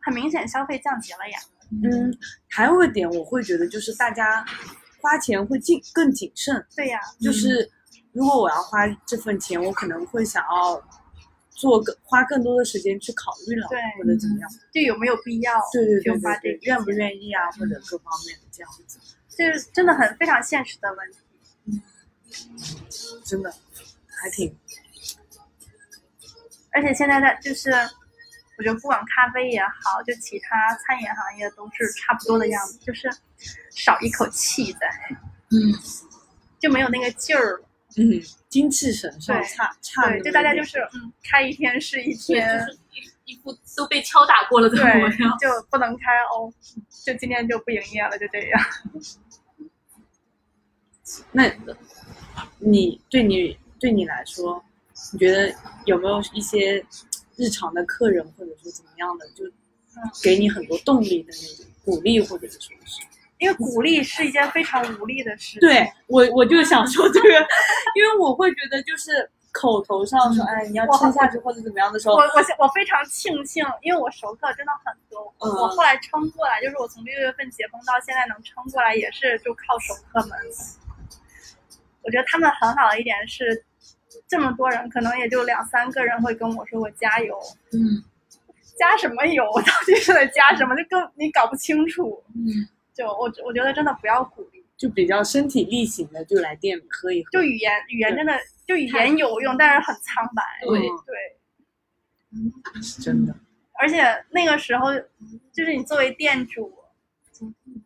很明显消费降级了呀。嗯，还有一点我会觉得就是大家花钱会谨更谨慎，对呀，就是如果我要花这份钱，我可能会想要做更花更多的时间去考虑了对，或者怎么样，就有没有必要？对对就对花对对，这愿不愿意啊，或者各方面的这样子，这是真的很非常现实的问题。真的还挺而且现在在就是，我觉得不管咖啡也好，就其他餐饮行业都是差不多的样子，就是少一口气在，嗯，就没有那个劲儿了。嗯精气神上对差差那对，么就一大家点就是嗯，开一天是一对，天就，是一一副都被敲打过了的模对样，。就不能开哦，就今天就不营业了，就这样。那你对你对你来说，你觉得有没有一些日常的客人或者说怎么样的，就嗯给你很多动力的那种鼓励或者是什么事？因为鼓励是一件非常无力的事情。对我我就想说这个， 因为我会觉得就是口头上说，哎，你要我吃下去或者怎么样的时候哦我，我现我非常庆幸，因为我熟客真的很多，嗯我后来撑过来，就是我从六月份解封到现在能撑过来，也是就靠熟客们。我觉得他们很好的一点是，这么多人，可能也就两三个人会跟我说我加油，嗯加什么油？ 到底是在加什么？就更你搞不清楚。嗯，就我我觉得真的不要鼓励，就比较身体力行的就来店里喝一喝。就语言语言真的就语言有用，但是很苍白。对嗯对。是真的，而且那个时候，就是你作为店主，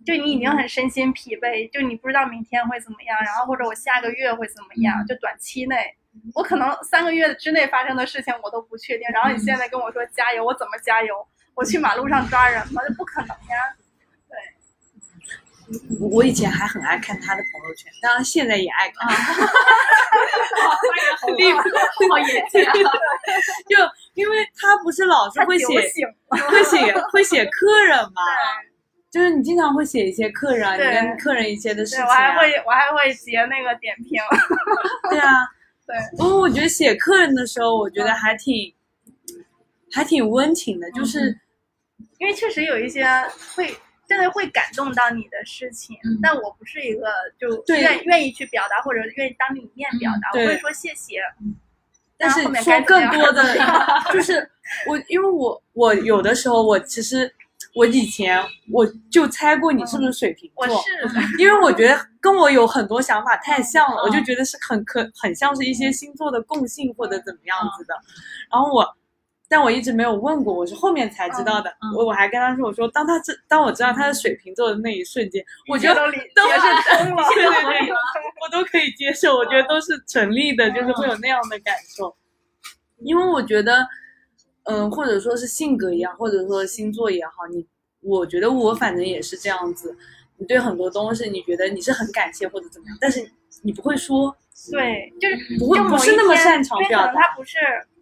就你已经很身心疲惫，就你不知道明天会怎么样，然后或者我下个月会怎么样，就短期内，我可能三个月之内发生的事情我都不确定。然后你现在跟我说加油，我怎么加油？我去马路上抓人吗？这不可能呀！我我以前还很爱看他的朋友圈，当然现在也爱啊 看。好厉害，好严谨啊！就因为他不是老是他会酒写醒了，会写 会写客人嘛，啊对就是你经常会写一些客人啊，你对跟客人一些的事情、对啊，我还会我还会截那个点评，对啊， 对，因嗯为我觉得写客人的时候，我觉得还挺、还挺温情的，嗯就是、因为确实有一些会真的会感动到你的事情，嗯但我不是一个就对愿愿意去表达或者愿意当着你面表达，嗯我会对说谢谢。但是那后面说该怎么更样多的 就是我，因为我我有的时候我其实我以前我就猜过你是不是水瓶嗯我座。是因为我觉得跟我有很多想法太像了，我嗯就觉得是很可很像是一些星座的共性或者怎么样嗯子的。然后我，但我一直没有问过，我是后面才知道的。嗯嗯我我还跟他说，我说当他知当我知道他是水瓶座的那一瞬间，我觉得都理都解是通了，对对对理了。我都可以接受，我觉得都是成立的，就是会有那样的感受。因为我觉得，嗯，或者说是性格也好，或者说星座也好，你，我觉得我反正也是这样子。你对很多东西，你觉得你是很感谢或者怎么样，但是你不会说，对，就是不会就某不一是那么天擅长因为表可能达它不是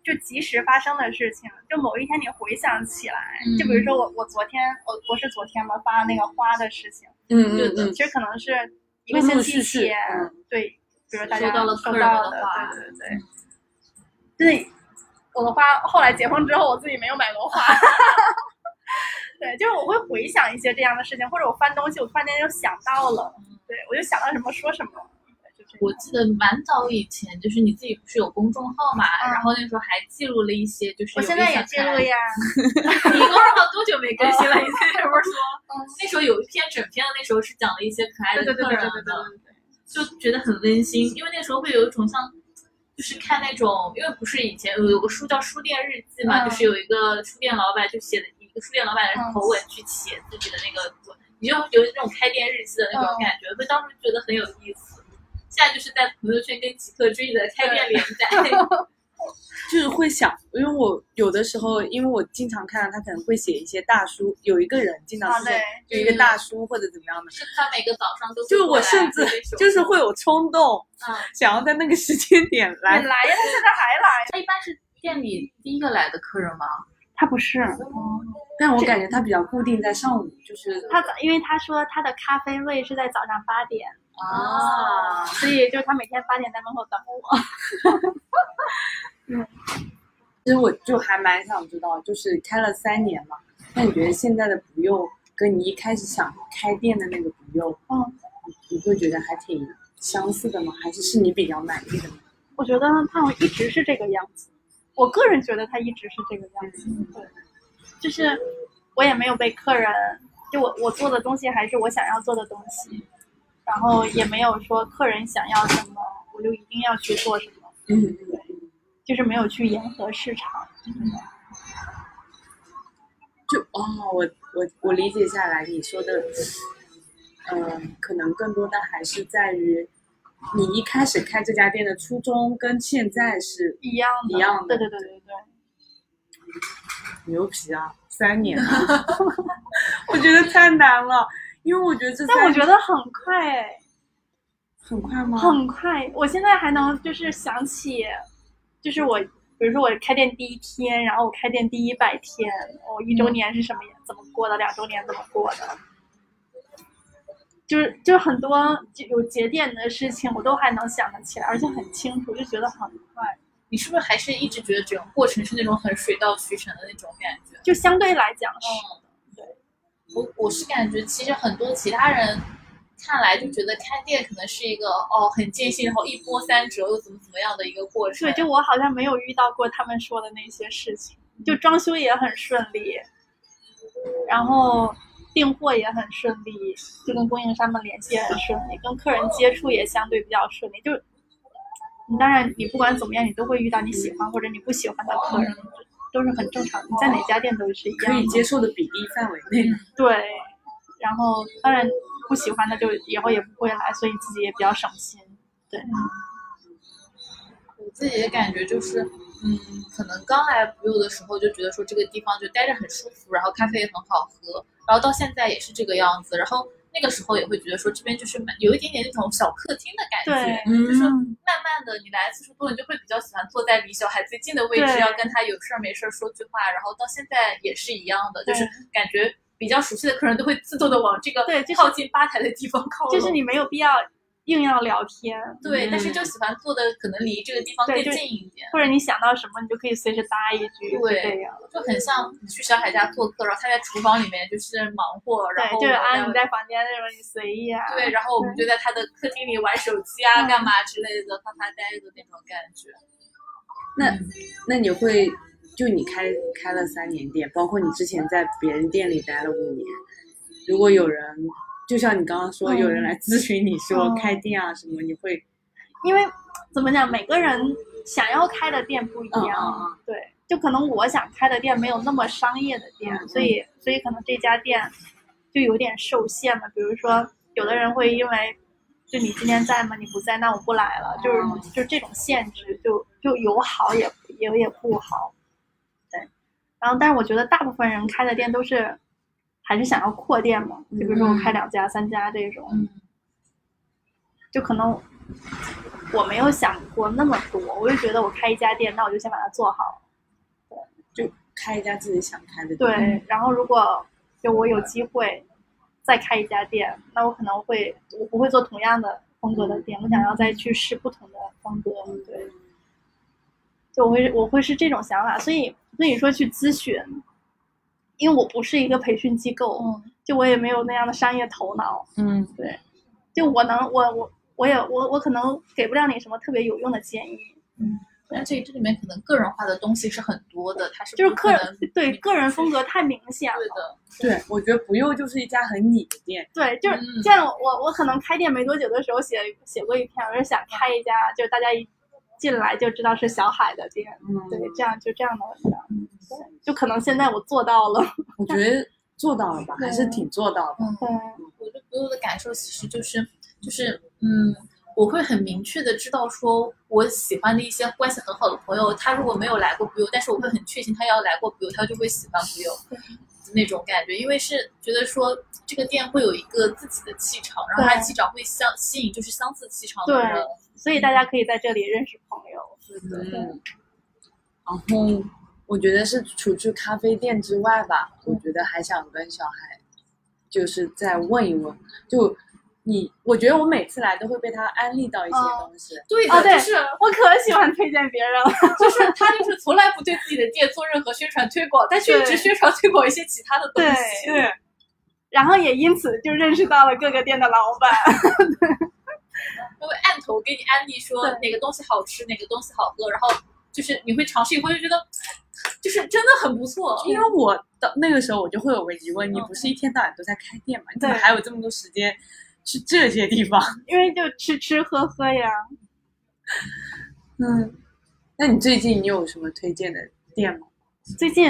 就及时发生的事情，就某一天你回想起来，嗯就比如说我我昨天我我是昨天嘛发那个花的事情，嗯对的其实可能是一陆个陆星续期续前，嗯对，比如大家收到了收客人到的嗯花对对对，对，我的花后来结婚之后，我自己没有买过花。 对，就是我会回想一些这样的事情，或者我翻东西，我突然间就想到了，对我就想到什么说什么，就这样。我记得蛮早以前，就是你自己不是有公众号嘛，嗯然后那时候还记录了一些，就是我现在也记录呀，呀。你公众号多久没更新了？你在这边说嗯，那时候有一篇整篇的，那时候是讲了一些可爱对的对对对客人对对对的，对对。就觉得很温馨，因为那时候会有一种像。就是看那种，因为不是以前有有个书叫《书店日记》嘛，嗯就是有一个书店老板就写的一个书店老板的口吻去写自己的那个，你就有那种开店日记的那种嗯感觉，所以当时觉得很有意思。现在就是在朋友圈跟极客追的开店连载，就是会想，因为我有的时候，因为我经常看到他可能会写一些大叔，有一个人经常啊是对就一个大叔或者怎么样的，是他每个早上都会就是过我来甚至挥手就是会有冲动，嗯，想要在那个时间点来你。来呀，他现在还来？他一般是店里第一个来的客人吗？他不是，但我感觉他比较固定在上午，嗯就是他早，因为他说他的咖啡位是在早上八点，啊，所以就是他每天八点在门口等我。其实我就还蛮想知道，就是开了三年嘛，那你觉得现在的不用跟你一开始想开店的那个不用，嗯，你会觉得还挺相似的吗？还是是你比较满意的吗？我觉得他好像一直是这个样子，我个人觉得他一直是这个样子。嗯对，就是我也没有被客人，就我我做的东西还是我想要做的东西，然后也没有说客人想要什么，我就一定要去做什么，嗯，就是没有去迎合市场。就哦，我我我理解下来你说的，嗯、可能更多的还是在于你一开始开这家店的初衷跟现在是一样的，一样的对对对对对。牛皮啊，三年啊， 我觉得太难了，因为我觉得这但我三觉得很快哎，很快吗？很快，我现在还能就是想起，就是我，比如说我开店第一天，然后我开店第一百天，我一周年是什么样怎么过的，两周年怎么过的，就是就是很多就有节点的事情，我都还能想得起来，而且很清楚，就觉得很快。你是不是还是一直觉得整个过程是那种很水到渠成的那种感觉？就相对来讲是，嗯，对，我我是感觉其实很多其他人看来就觉得开店可能是一个哦很艰辛，然后一波三折又怎么怎么样的一个过程。对，就我好像没有遇到过他们说的那些事情，就装修也很顺利，然后订货也很顺利，就跟供应商们联系也很顺利，跟客人接触也相对比较顺利。就是你当然你不管怎么样，你都会遇到你喜欢或者你不喜欢的客人，都是很正常的，你在哪家店都是一可样以的。接受的比例范围内。对，然后当然不喜欢的就以后也不会来，所以自己也比较省心。我自己的感觉就是，嗯，可能刚来不用的时候就觉得说这个地方就待着很舒服，然后咖啡也很好喝，然后到现在也是这个样子，然后那个时候也会觉得说这边就是蛮有一点点那种小客厅的感觉，对就是慢慢的你来次数多了，你就会比较喜欢坐在离小孩最近的位置，对要跟他有事儿没事儿说句话，然后到现在也是一样的，对就是感觉。比较熟悉的客人都会自动的往这个对就是靠近吧台的地方靠拢，就是你没有必要硬要聊天。对，嗯但是就喜欢坐的可能离这个地方更对近就是一点。或者你想到什么，你就可以随时搭一句，就对这样。就很像你去小海家做客，然后他在厨房里面就是忙活，然对，后就是我啊，们你在房间那边你随意啊。对，然后我们就在他的客厅里玩手机啊、嗯干嘛之类的，发发呆的那种感觉。那那你会就你开开了三年店，包括你之前在别人店里待了五年，如果有人就像你刚刚说，嗯有人来咨询你说嗯开店啊什么，你会因为怎么讲，每个人想要开的店不一嗯样。嗯嗯对，就可能我想开的店没有那么商业的店，嗯所以所以可能这家店就有点受限了。比如说，有的人会因为就你今天在吗？你不在，那我不来了，就是、嗯就是这种限制，就就有好也也也不好。对，然后但是我觉得大部分人开的店都是还是想要扩店嘛，就比如说我开两家、三家这种，嗯，就可能我没有想过那么多，我就觉得我开一家店，那我就先把它做好。就开一家自己想开的店。嗯对，然后如果就我有机会再开一家店，那我可能会我不会做同样的风格嗯的店，我想要再去试不同的风格。对，就我会我会是这种想法，所以所以说去咨询，因为我不是一个培训机构，嗯就我也没有那样的商业头脑，嗯，就我能我我我也我我可能给不了你什么特别有用的建议，而且这里面可能个人化的东西是很多的，它是就是不可个能人对个人风格太明显了对。的，对，我觉得不用就是一家很你的店，对，就是嗯像我我可能开店没多久的时候写写过一篇，我是想开一家，就是大家一进来就知道是小海的店，嗯，对，这样就这样的文章，对就可能现在我做到了，我觉得做到了吧，还是挺做到的。嗯对，我就给我的感受其实就是就是嗯，我会很明确的知道说我喜欢的一些关系很好的朋友，他如果没有来过 Biu，但是我会很确信他要来过 Biu，他就会喜欢 Biu 那种感觉，因为是觉得说这个店会有一个自己的气场，然后他对气场会相吸引就是相似气场的对人，所以大家可以在这里认识朋友，嗯，然后我觉得是除去咖啡店之外吧，我觉得还想跟小孩，就是再问一问，就你，我觉得我每次来都会被他安利到一些哦东西，对的，哦对就是我可喜欢推荐别人了，就是他就是从来不对自己的店做任何宣传推广，但却一对直宣传推广一些其他的东对西。对，然后也因此就认识到了各个店的老板，他会按头给你安利说对哪个东西好吃，哪个东西好喝，然后就是你会尝试以后就觉得，就是真的很不错。因为我的那个时候我就会有个疑问，你嗯不是一天到晚都在开店嘛？你怎么哦对还有这么多时间去这些地方？因为就吃吃喝喝呀，嗯，那你最近你有什么推荐的店吗？最近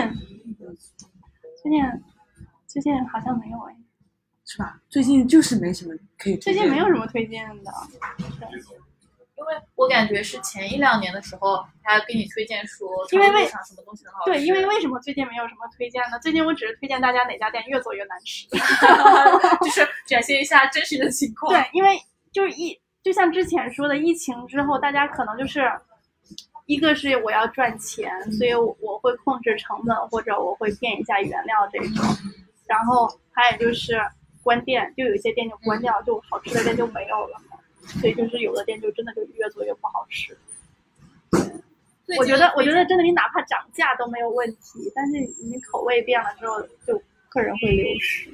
最近最近好像没有哎，是吧？最近就是没什么可以推最荐近的。没有什么推荐的，因为我感觉是前一两年的时候，大家给你推荐说因为长为路上什么东西很好吃，对，因为为什么最近没有什么推荐呢？最近我只是推荐大家哪家店越做越难吃。 就是展现一下真实的情况。对，因为就是疫，就像之前说的，疫情之后，大家可能就是一个是我要赚钱，所以我我会控制成本，或者我会变一下原料这种。然后还有就是关店，就有一些店就关掉，就好吃的店就没有了嘛。所以就是有的店就真的就越做越不好吃。对，我觉得，我觉得真的，你哪怕涨价都没有问题，但是你口味变了之后，就客人会流失。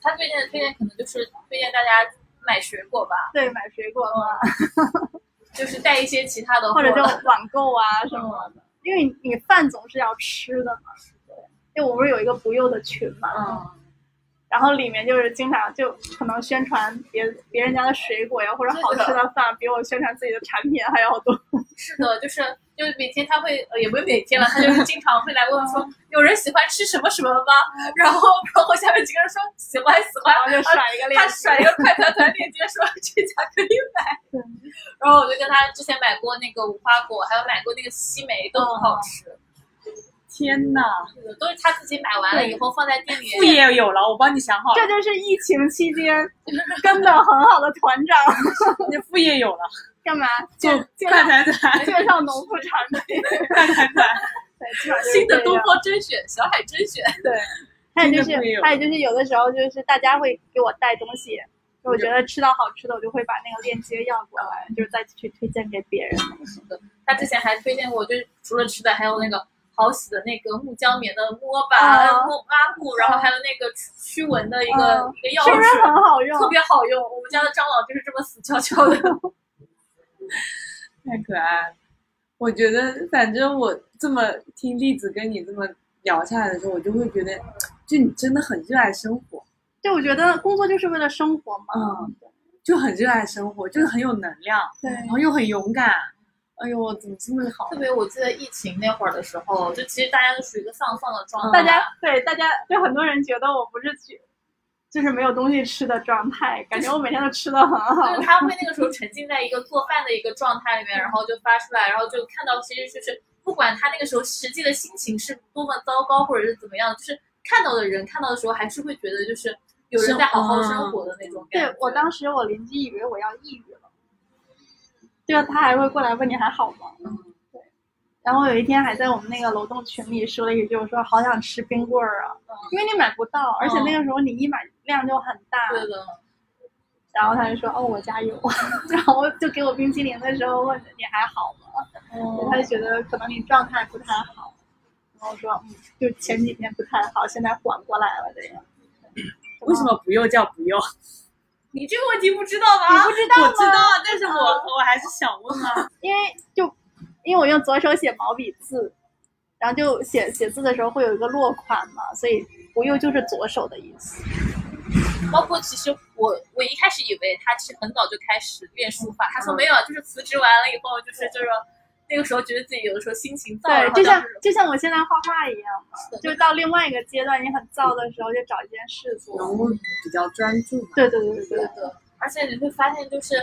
他推荐的推荐可能就是推荐大家买水果吧，对，买水果嘛，就是带一些其他的或者就货网购啊什么的，因为你你饭总是要吃的嘛。对，就我们有一个不用的群嘛，嗯，然后里面就是经常就可能宣传别别人家的水果呀，或者好吃的饭，比我宣传自己的产品还要多。是的，就是就是每天他会，呃，也不是每天了，他就是经常会来问我说，有人喜欢吃什么什么吗？然后然后下面几个人说喜欢喜欢，然后就甩一个链他接甩 一个快团团链接说这家可以买对。然后我就跟他之前买过那个无花果，还有买过那个西梅，都很嗯好吃。天哪，是的都是他自己买完了以后放在店里。副业有了，我帮你想好这了，就是疫情期间根本很好的团长，你副业有了，干嘛？介做介 快绍谈谈，介绍农副产品，快谈谈，对，基本上就是新的这东样方甄选，小海甄选，还有就真的不一是样还有就是有的时候就是大家会给我带东西，我觉得吃到好吃的，我就会把那个链接要过来，就是再去推荐给别人。他之前还推荐过，就是除了吃的，还有那个好洗的那个木浆棉的摸啊板、摸抹布，然后还有那个驱驱蚊的一啊个一个药是不是水，很好用？特别好用。我们家的蟑螂就是这么死翘翘的。太可爱了。我觉得，反正我这么听栗子跟你这么聊下来的时候，我就会觉得，就你真的很热爱生活，对，我觉得工作就是为了生活嘛。嗯，就很热爱生活，就是很有能量，对然后又很勇敢。哎呦，怎么这么好特？别我记得疫情那会儿的时候，就其实大家都属于一个丧丧的状态，大家对大家对很多人觉得我不是去，就是没有东西吃的状态，感觉我每天都吃的很好 就是。他会那个 时候沉浸在一个做饭的一个状态里面，然后就发出来，然后就看到其实就是不管他那个时候实际的心情是多么糟糕或者是怎么样，就是看到的人看到的时候还是会觉得就是有人在好好生活的那种感觉。对我当时我邻居以为我要抑郁了，对啊，他还会过来问你还好吗？嗯，对。然后有一天还在我们那个楼栋群里说了一句，我说好想吃冰棍儿啊，嗯因为你买不到，而且那个时候你一买量就很大。对的，然后他就说哦我家有， 然后就给我冰淇淋的时候问你还好吗？哦对他就觉得可能你状态不太好。然后我说，嗯，就前几天不太好，现在缓过来了，这样。为什么不用叫不用？ 你这个问题不知道吗？不知道我知道吗？，但是我我还是想问啊，因为就因为我用左手写毛笔字，然后就写写字的时候会有一个落款嘛，所以无忧就是左手的意思。包括其实我我一开始以为他是很早就开始练书法，嗯他说没有，啊就是辞职完了以后，就是就是那个时候觉得自己有的时候心情躁，然对，后就像当时就像我现在画画一样嘛，就是到另外一个阶段，你很燥的时候，就找一件事人做。物比较专注嘛。对对对对对的，而且你会发现就是。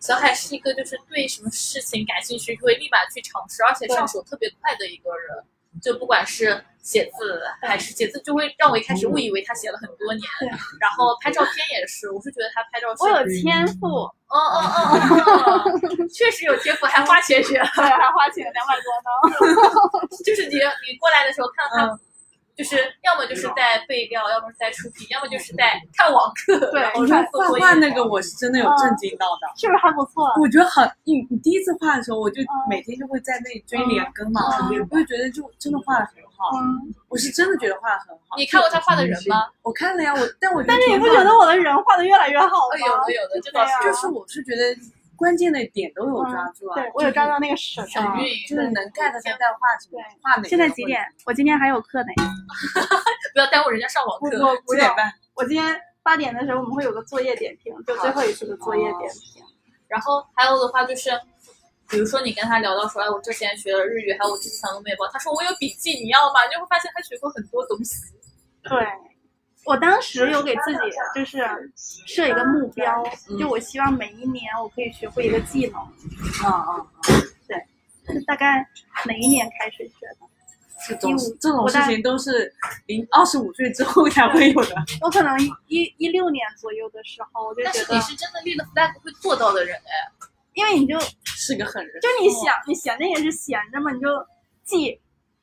小海是一个就是对什么事情感兴趣会立马去尝试，而且上手特别快的一个人。就不管是写字还是写字，就会让我一开始误以为他写了很多年对。然后拍照片也是，我是觉得他拍照是我有天赋，哦哦哦哦，确实有天赋，还花钱学。对，还花钱两百多呢。就是你你过来的时候看到嗯他，就是要么就是在备料，要么是在出题，要么就是在看网课，对然后你做看画作业画。那个，我是真的嗯有震惊到的。是不是还不错？啊我觉得很，你你第一次画的时候，我就嗯每天就会在那里追连根嘛，嗯我就觉得就真的画的很好，嗯，我是真的觉得画的很好。你看过他画的人吗？我看了呀，我但我但是你不觉得我的人画的越来越好哦，吗？有的有的，这倒对啊是就是我是觉得关键的点都有抓住啊，嗯对，我有抓到那个神神啊。韵。就是能 get 他在画什么对画哪个。现在几？点？我今天还有课呢。不要耽误人家上网我课。我不几要点。半？我今天八点的时候我们会有个作业点评，就最后一次的作业点评。然后还有的话就是。比如说你跟他聊到说，哎，我之前学了日语，还有我这次想做面包，他说我有笔记，你要吗？你就会发现他学过很多东西。对，我当时有给自己就是设一个目标，就我希望每一年我可以学会一个技能。啊啊！是大概哪一年开始学的？这种因为这种我事大情都是零二十五岁之后才会有的。我可能一一六年左右的时候，我就但觉是得你，是真的立了 flag 会做到的人，哎，因为你就是个狠人。就你想你闲着也是闲着嘛，你就记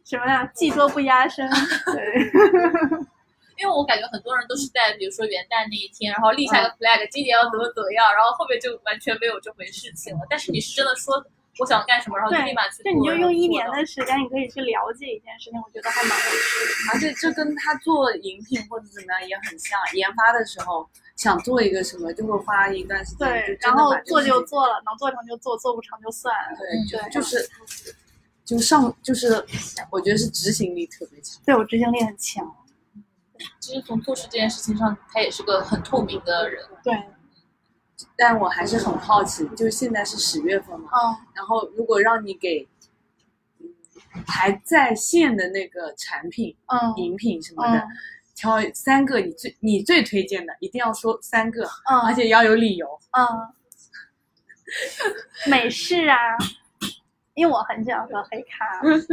什么呀？技多不压身。对， 因为我感觉很多人都是在比如说元旦那一天，然后立嗯下个 flag，、今年要怎么怎么样，然后后面就完全没有这回事情了。但是你是真的说我想干什么，然后就对立马去做。就你就然后用一做年到的时间，你可以去了解一件事情，我觉得还蛮有趣的。而且这跟他做饮品或者怎么样也很像，研发的时候想做一个什么，就会花一段时间，对就，真然的后把这做个就事情做了，能做成就做，做不成就算。对，对就就是就上就是，我觉得是执行力特别强。对我执行力很强。嗯其实从做事这件事情上，他也是个很透明的人。对，但我还是很好奇，就是现在是十月份嘛，嗯，然后如果让你给嗯还在线的那个产品、嗯饮品什么的，嗯挑三个你最你最推荐的，一定要说三个，嗯，而且要有理由。嗯，美式啊，因为我很喜欢喝黑咖，嗯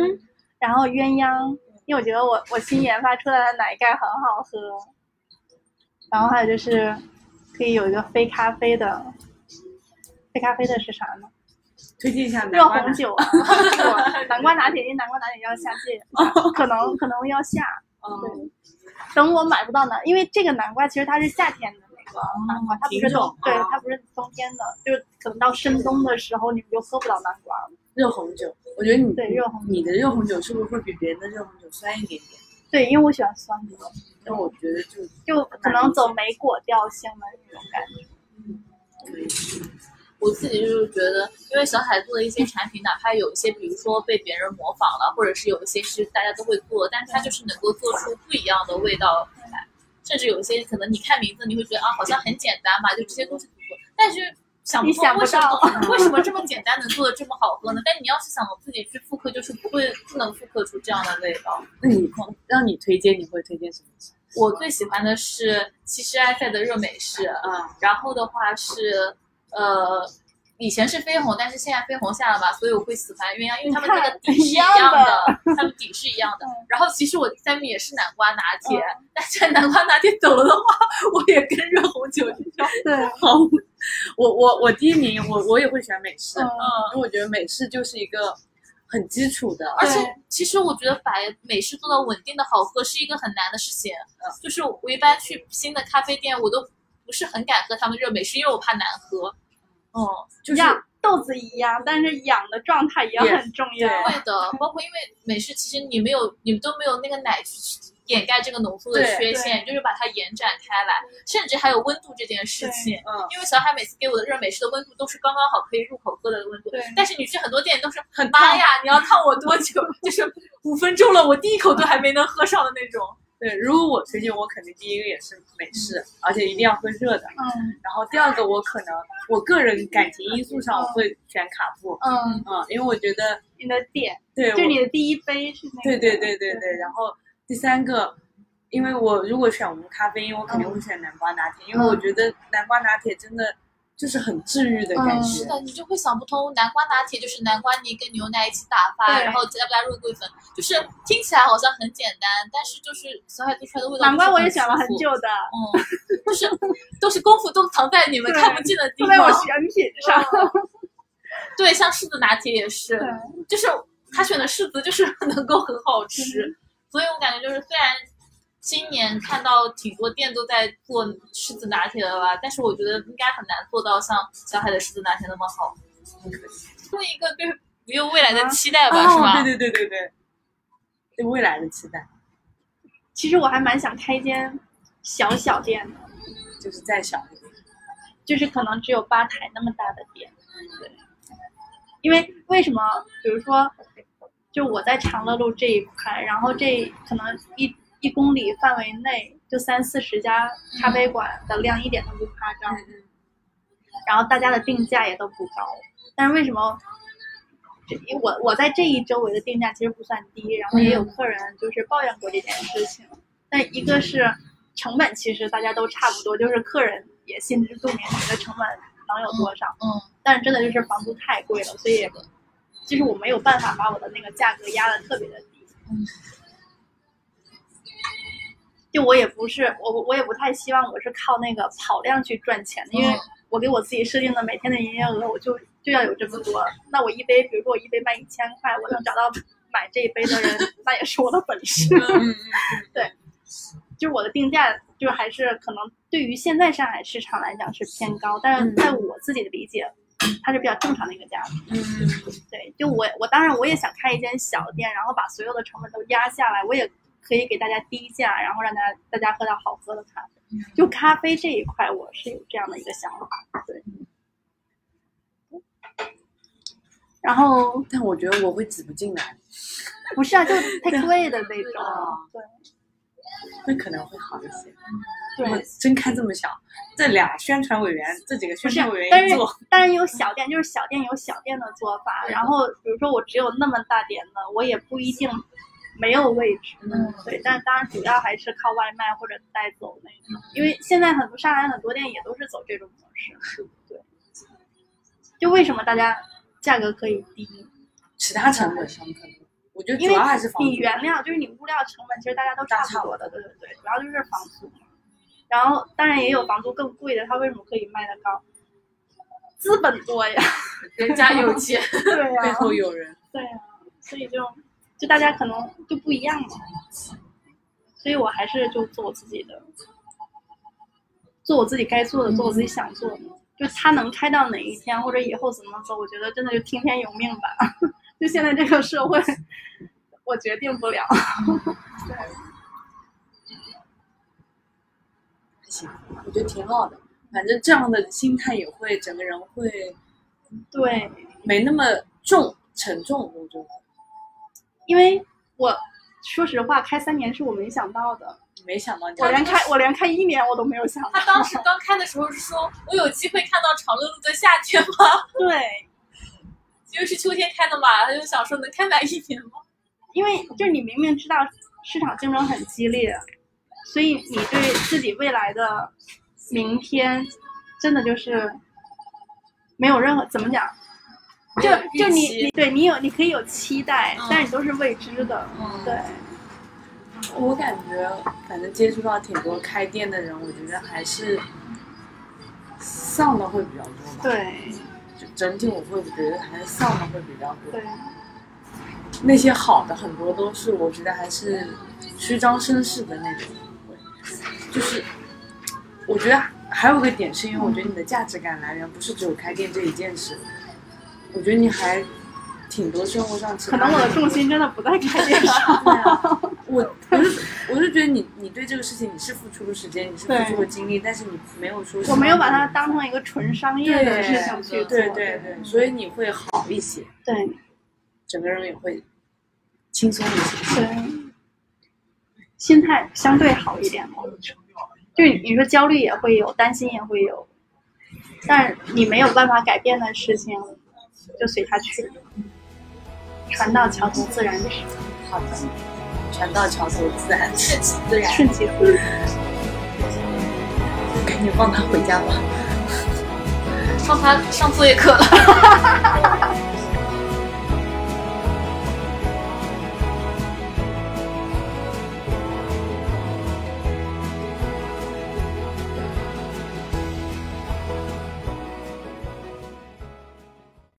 然后鸳鸯，因为我觉得我我新研发出来的奶盖很好喝，然后还有就是可以有一个非咖啡的，非咖啡的是啥呢？推荐一下南热瓜红奶 酒啊，对南瓜拿铁，因为南瓜拿铁要下季，哦可能可能要下，嗯，对，等我买不到南，因为这个南瓜其实它是夏天的那个南瓜，它不是哦品种冬，对啊，它不是冬天的，就是可能到深冬的时候你们就喝不到南瓜了。热红酒，我觉得你对热红酒你的热红酒是不是会比别人的热红酒酸一点点？对，因为我喜欢酸的，但我觉得就就可能走莓果调性的那种感觉。我自己就是觉得，因为小海做的一些产品，哪怕有一些，比如说被别人模仿了，或者是有一些是大家都会做，但是它就是能够做出不一样的味道来。甚至有一些可能你看名字，你会觉得啊，好像很简单嘛，就这些东西怎么做，但是想不你通想不为什么到 为什么这么简单能做的这么好喝呢？但你要是想自己去复刻，就是不会不能复刻出这样的味道。那你让你推荐，你会推荐什么？我最喜欢的是七十埃塞的热美式，啊，然后的话是，呃，以前是绯红，但是现在绯红下了嘛，所以我会喜欢鸳鸯，因为他们那个底是一样的，嗯他们底是一样的。然后其实我第三名也是南瓜拿铁，但是南瓜拿铁走了的话，我也跟热红酒一样。对， 好，我我我第一名，我我也会选美式，嗯，嗯，因为我觉得美式就是一个很基础的，啊而且其实我觉得把美式做到稳定的好喝是一个很难的事情。就是我一般去新的咖啡店，我都不是很敢喝他们热美式，因为我怕难喝。嗯。就是养豆子一样，但是养的状态也很重要。对会的，包括因为美式，其实你没有，你们都没有那个奶去掩盖这个浓缩的对缺陷，就是把它延展开来，甚至还有温度这件事情。嗯，因为小海每次给我的热美式的温度都是刚刚好可以入口喝的温度对，但是你去很多店都是很妈呀，你要烫我多久？就是五分钟了，我第一口都还没能喝上的那种。对，如果我推荐，我肯定第一个也是美式，而且一定要喝热的。嗯然后第二个，我可能我个人感情因素上我会选卡布，嗯，嗯，因为我觉得你的点对，就是我你的第一杯是那个。对对对对对。然后第三个，因为我如果选无咖啡因，我肯定会选南瓜拿铁，因为我觉得南瓜拿铁真的就是很治愈的感嗯觉是。的，你就会想不通，南瓜拿铁就是南瓜泥跟牛奶一起打发，对然后加不加肉桂粉，就是听起来好像很简单，但是就是小海做出来的味道。难怪我也想了很久。的， 嗯，就是都是功夫都藏在你们对看不见的地都方。在我选品上。对，像柿子拿铁也是，对就是他选的柿子就是 能够很好吃，嗯所以我感觉就是虽然今年看到挺多店都在做柿子拿铁的吧，但是我觉得应该很难做到像小海的柿子拿铁那么好。嗯做一个对没有未来的期待吧，哦，是吧？对对对对对，对未来的期待 其实我还蛮想开一间小小店的，就是再小一点。就是可能只有吧台那么大的店。对，因为为什么？比如说，就我在长乐路这一块，然后这可能一一公里范围内就三四十家咖啡馆的量一点都不夸张，然后大家的定价也都不高，但是为什么？这我我在这一周围的定价其实不算低，然后也有客人就是抱怨过这件事情。但一个是成本，其实大家都差不多，就是客人也心知肚明你的成本能有多少。嗯，但是真的就是房租太贵了，所以就是我没有办法把我的那个价格压得特别的低。嗯，就我也不是我我也不太希望我是靠那个跑量去赚钱的，因为嗯我给我自己设定的每天的营业额，我就就要有这么多。那我一杯，比如说我一杯卖一千块，我能找到买这一杯的 人，那也是我的本事。嗯嗯就是我的定价，就是还是可能对于现在上海市场来讲是偏高，但是在我自己的理解，它是比较正常的一个价格。嗯，对，就我我当然我也想开一间小店，然后把所有的成本都压下来，我也可以给大家低价，然后让大家大家喝到好喝的咖啡。就咖啡这一块，我是有这样的一个想法，对。然后 但我觉得我会挤不进来，不是啊，就太贵的那种，会可能会好一些。对对哇。真开这么小，这俩宣传委员，这几个宣传委员但一是做，当然有小店，就是小店有小店的做法。然后比如说我只有那么大点的，我也不一定没有位置。嗯，对，但当然主要还是靠外卖或者带走那种，因为现在很多上海很多店也都是走这种模式。对，就为什么大家价格可以低？其他成本上可能，我觉得因主为要还是房你租。原料就是你物料成本，其实大家都差不多的，对对对，主要就是房租嘛。然后当然也有房租更贵的，它为什么可以卖得高？资本多呀，人家有钱，对呀、 背后有人，对啊，所以就就大家可能就不一样嘛，所以我还是就做我自己的，做我自己该做的，做我自己想做的。就他能开到哪一天，或者以后怎么走，我觉得真的就听天由命吧。 就现在这个社会，我决定不了。我觉得挺好的。反正这样的心态也会，整个人会对，没那么重沉重，我觉得因为我说实话，开三年是我没想到的，没想到你我连开我连开一年我都没有想到。他当时刚开的时候是说，我有机会看到长乐路的夏天吗？ 对，因为是秋天开的嘛，他就想说能开满一年吗？因为就是你明明知道市场竞争很激烈，所以你对自己未来的明天，真的就是没有任何怎么讲，就预就你期你对你有你可以有期待，嗯但是你都是未知的，嗯，对，我感觉，反正接触到挺多开店的人，我觉得还是丧的会比较多吧。，对就整体我会觉得还是丧的会比较多。对，那些好的很多都是我觉得还是虚张声势的那种，就是我觉得还有个点是因为我觉得你的价值感来源不是只有开店这一件事，我觉得你还挺多生活上其可他能我的重心真的不在开店上，我不是我就觉得你你对这个事情你是付出了时间，你是付对出了精力，但是你没有说 我没有把它当成一个纯商业的对事情去做。对对对，所以你会好一些，对整个人也会轻松一些。对，心态相对好一点吧。就是你说焦虑也会有，担心也会有，但你没有办法改变的事情，就随它去。船到桥头自然直，好的，船到桥头自然直，顺其自然。赶紧放他回家吧。上他上作业课了。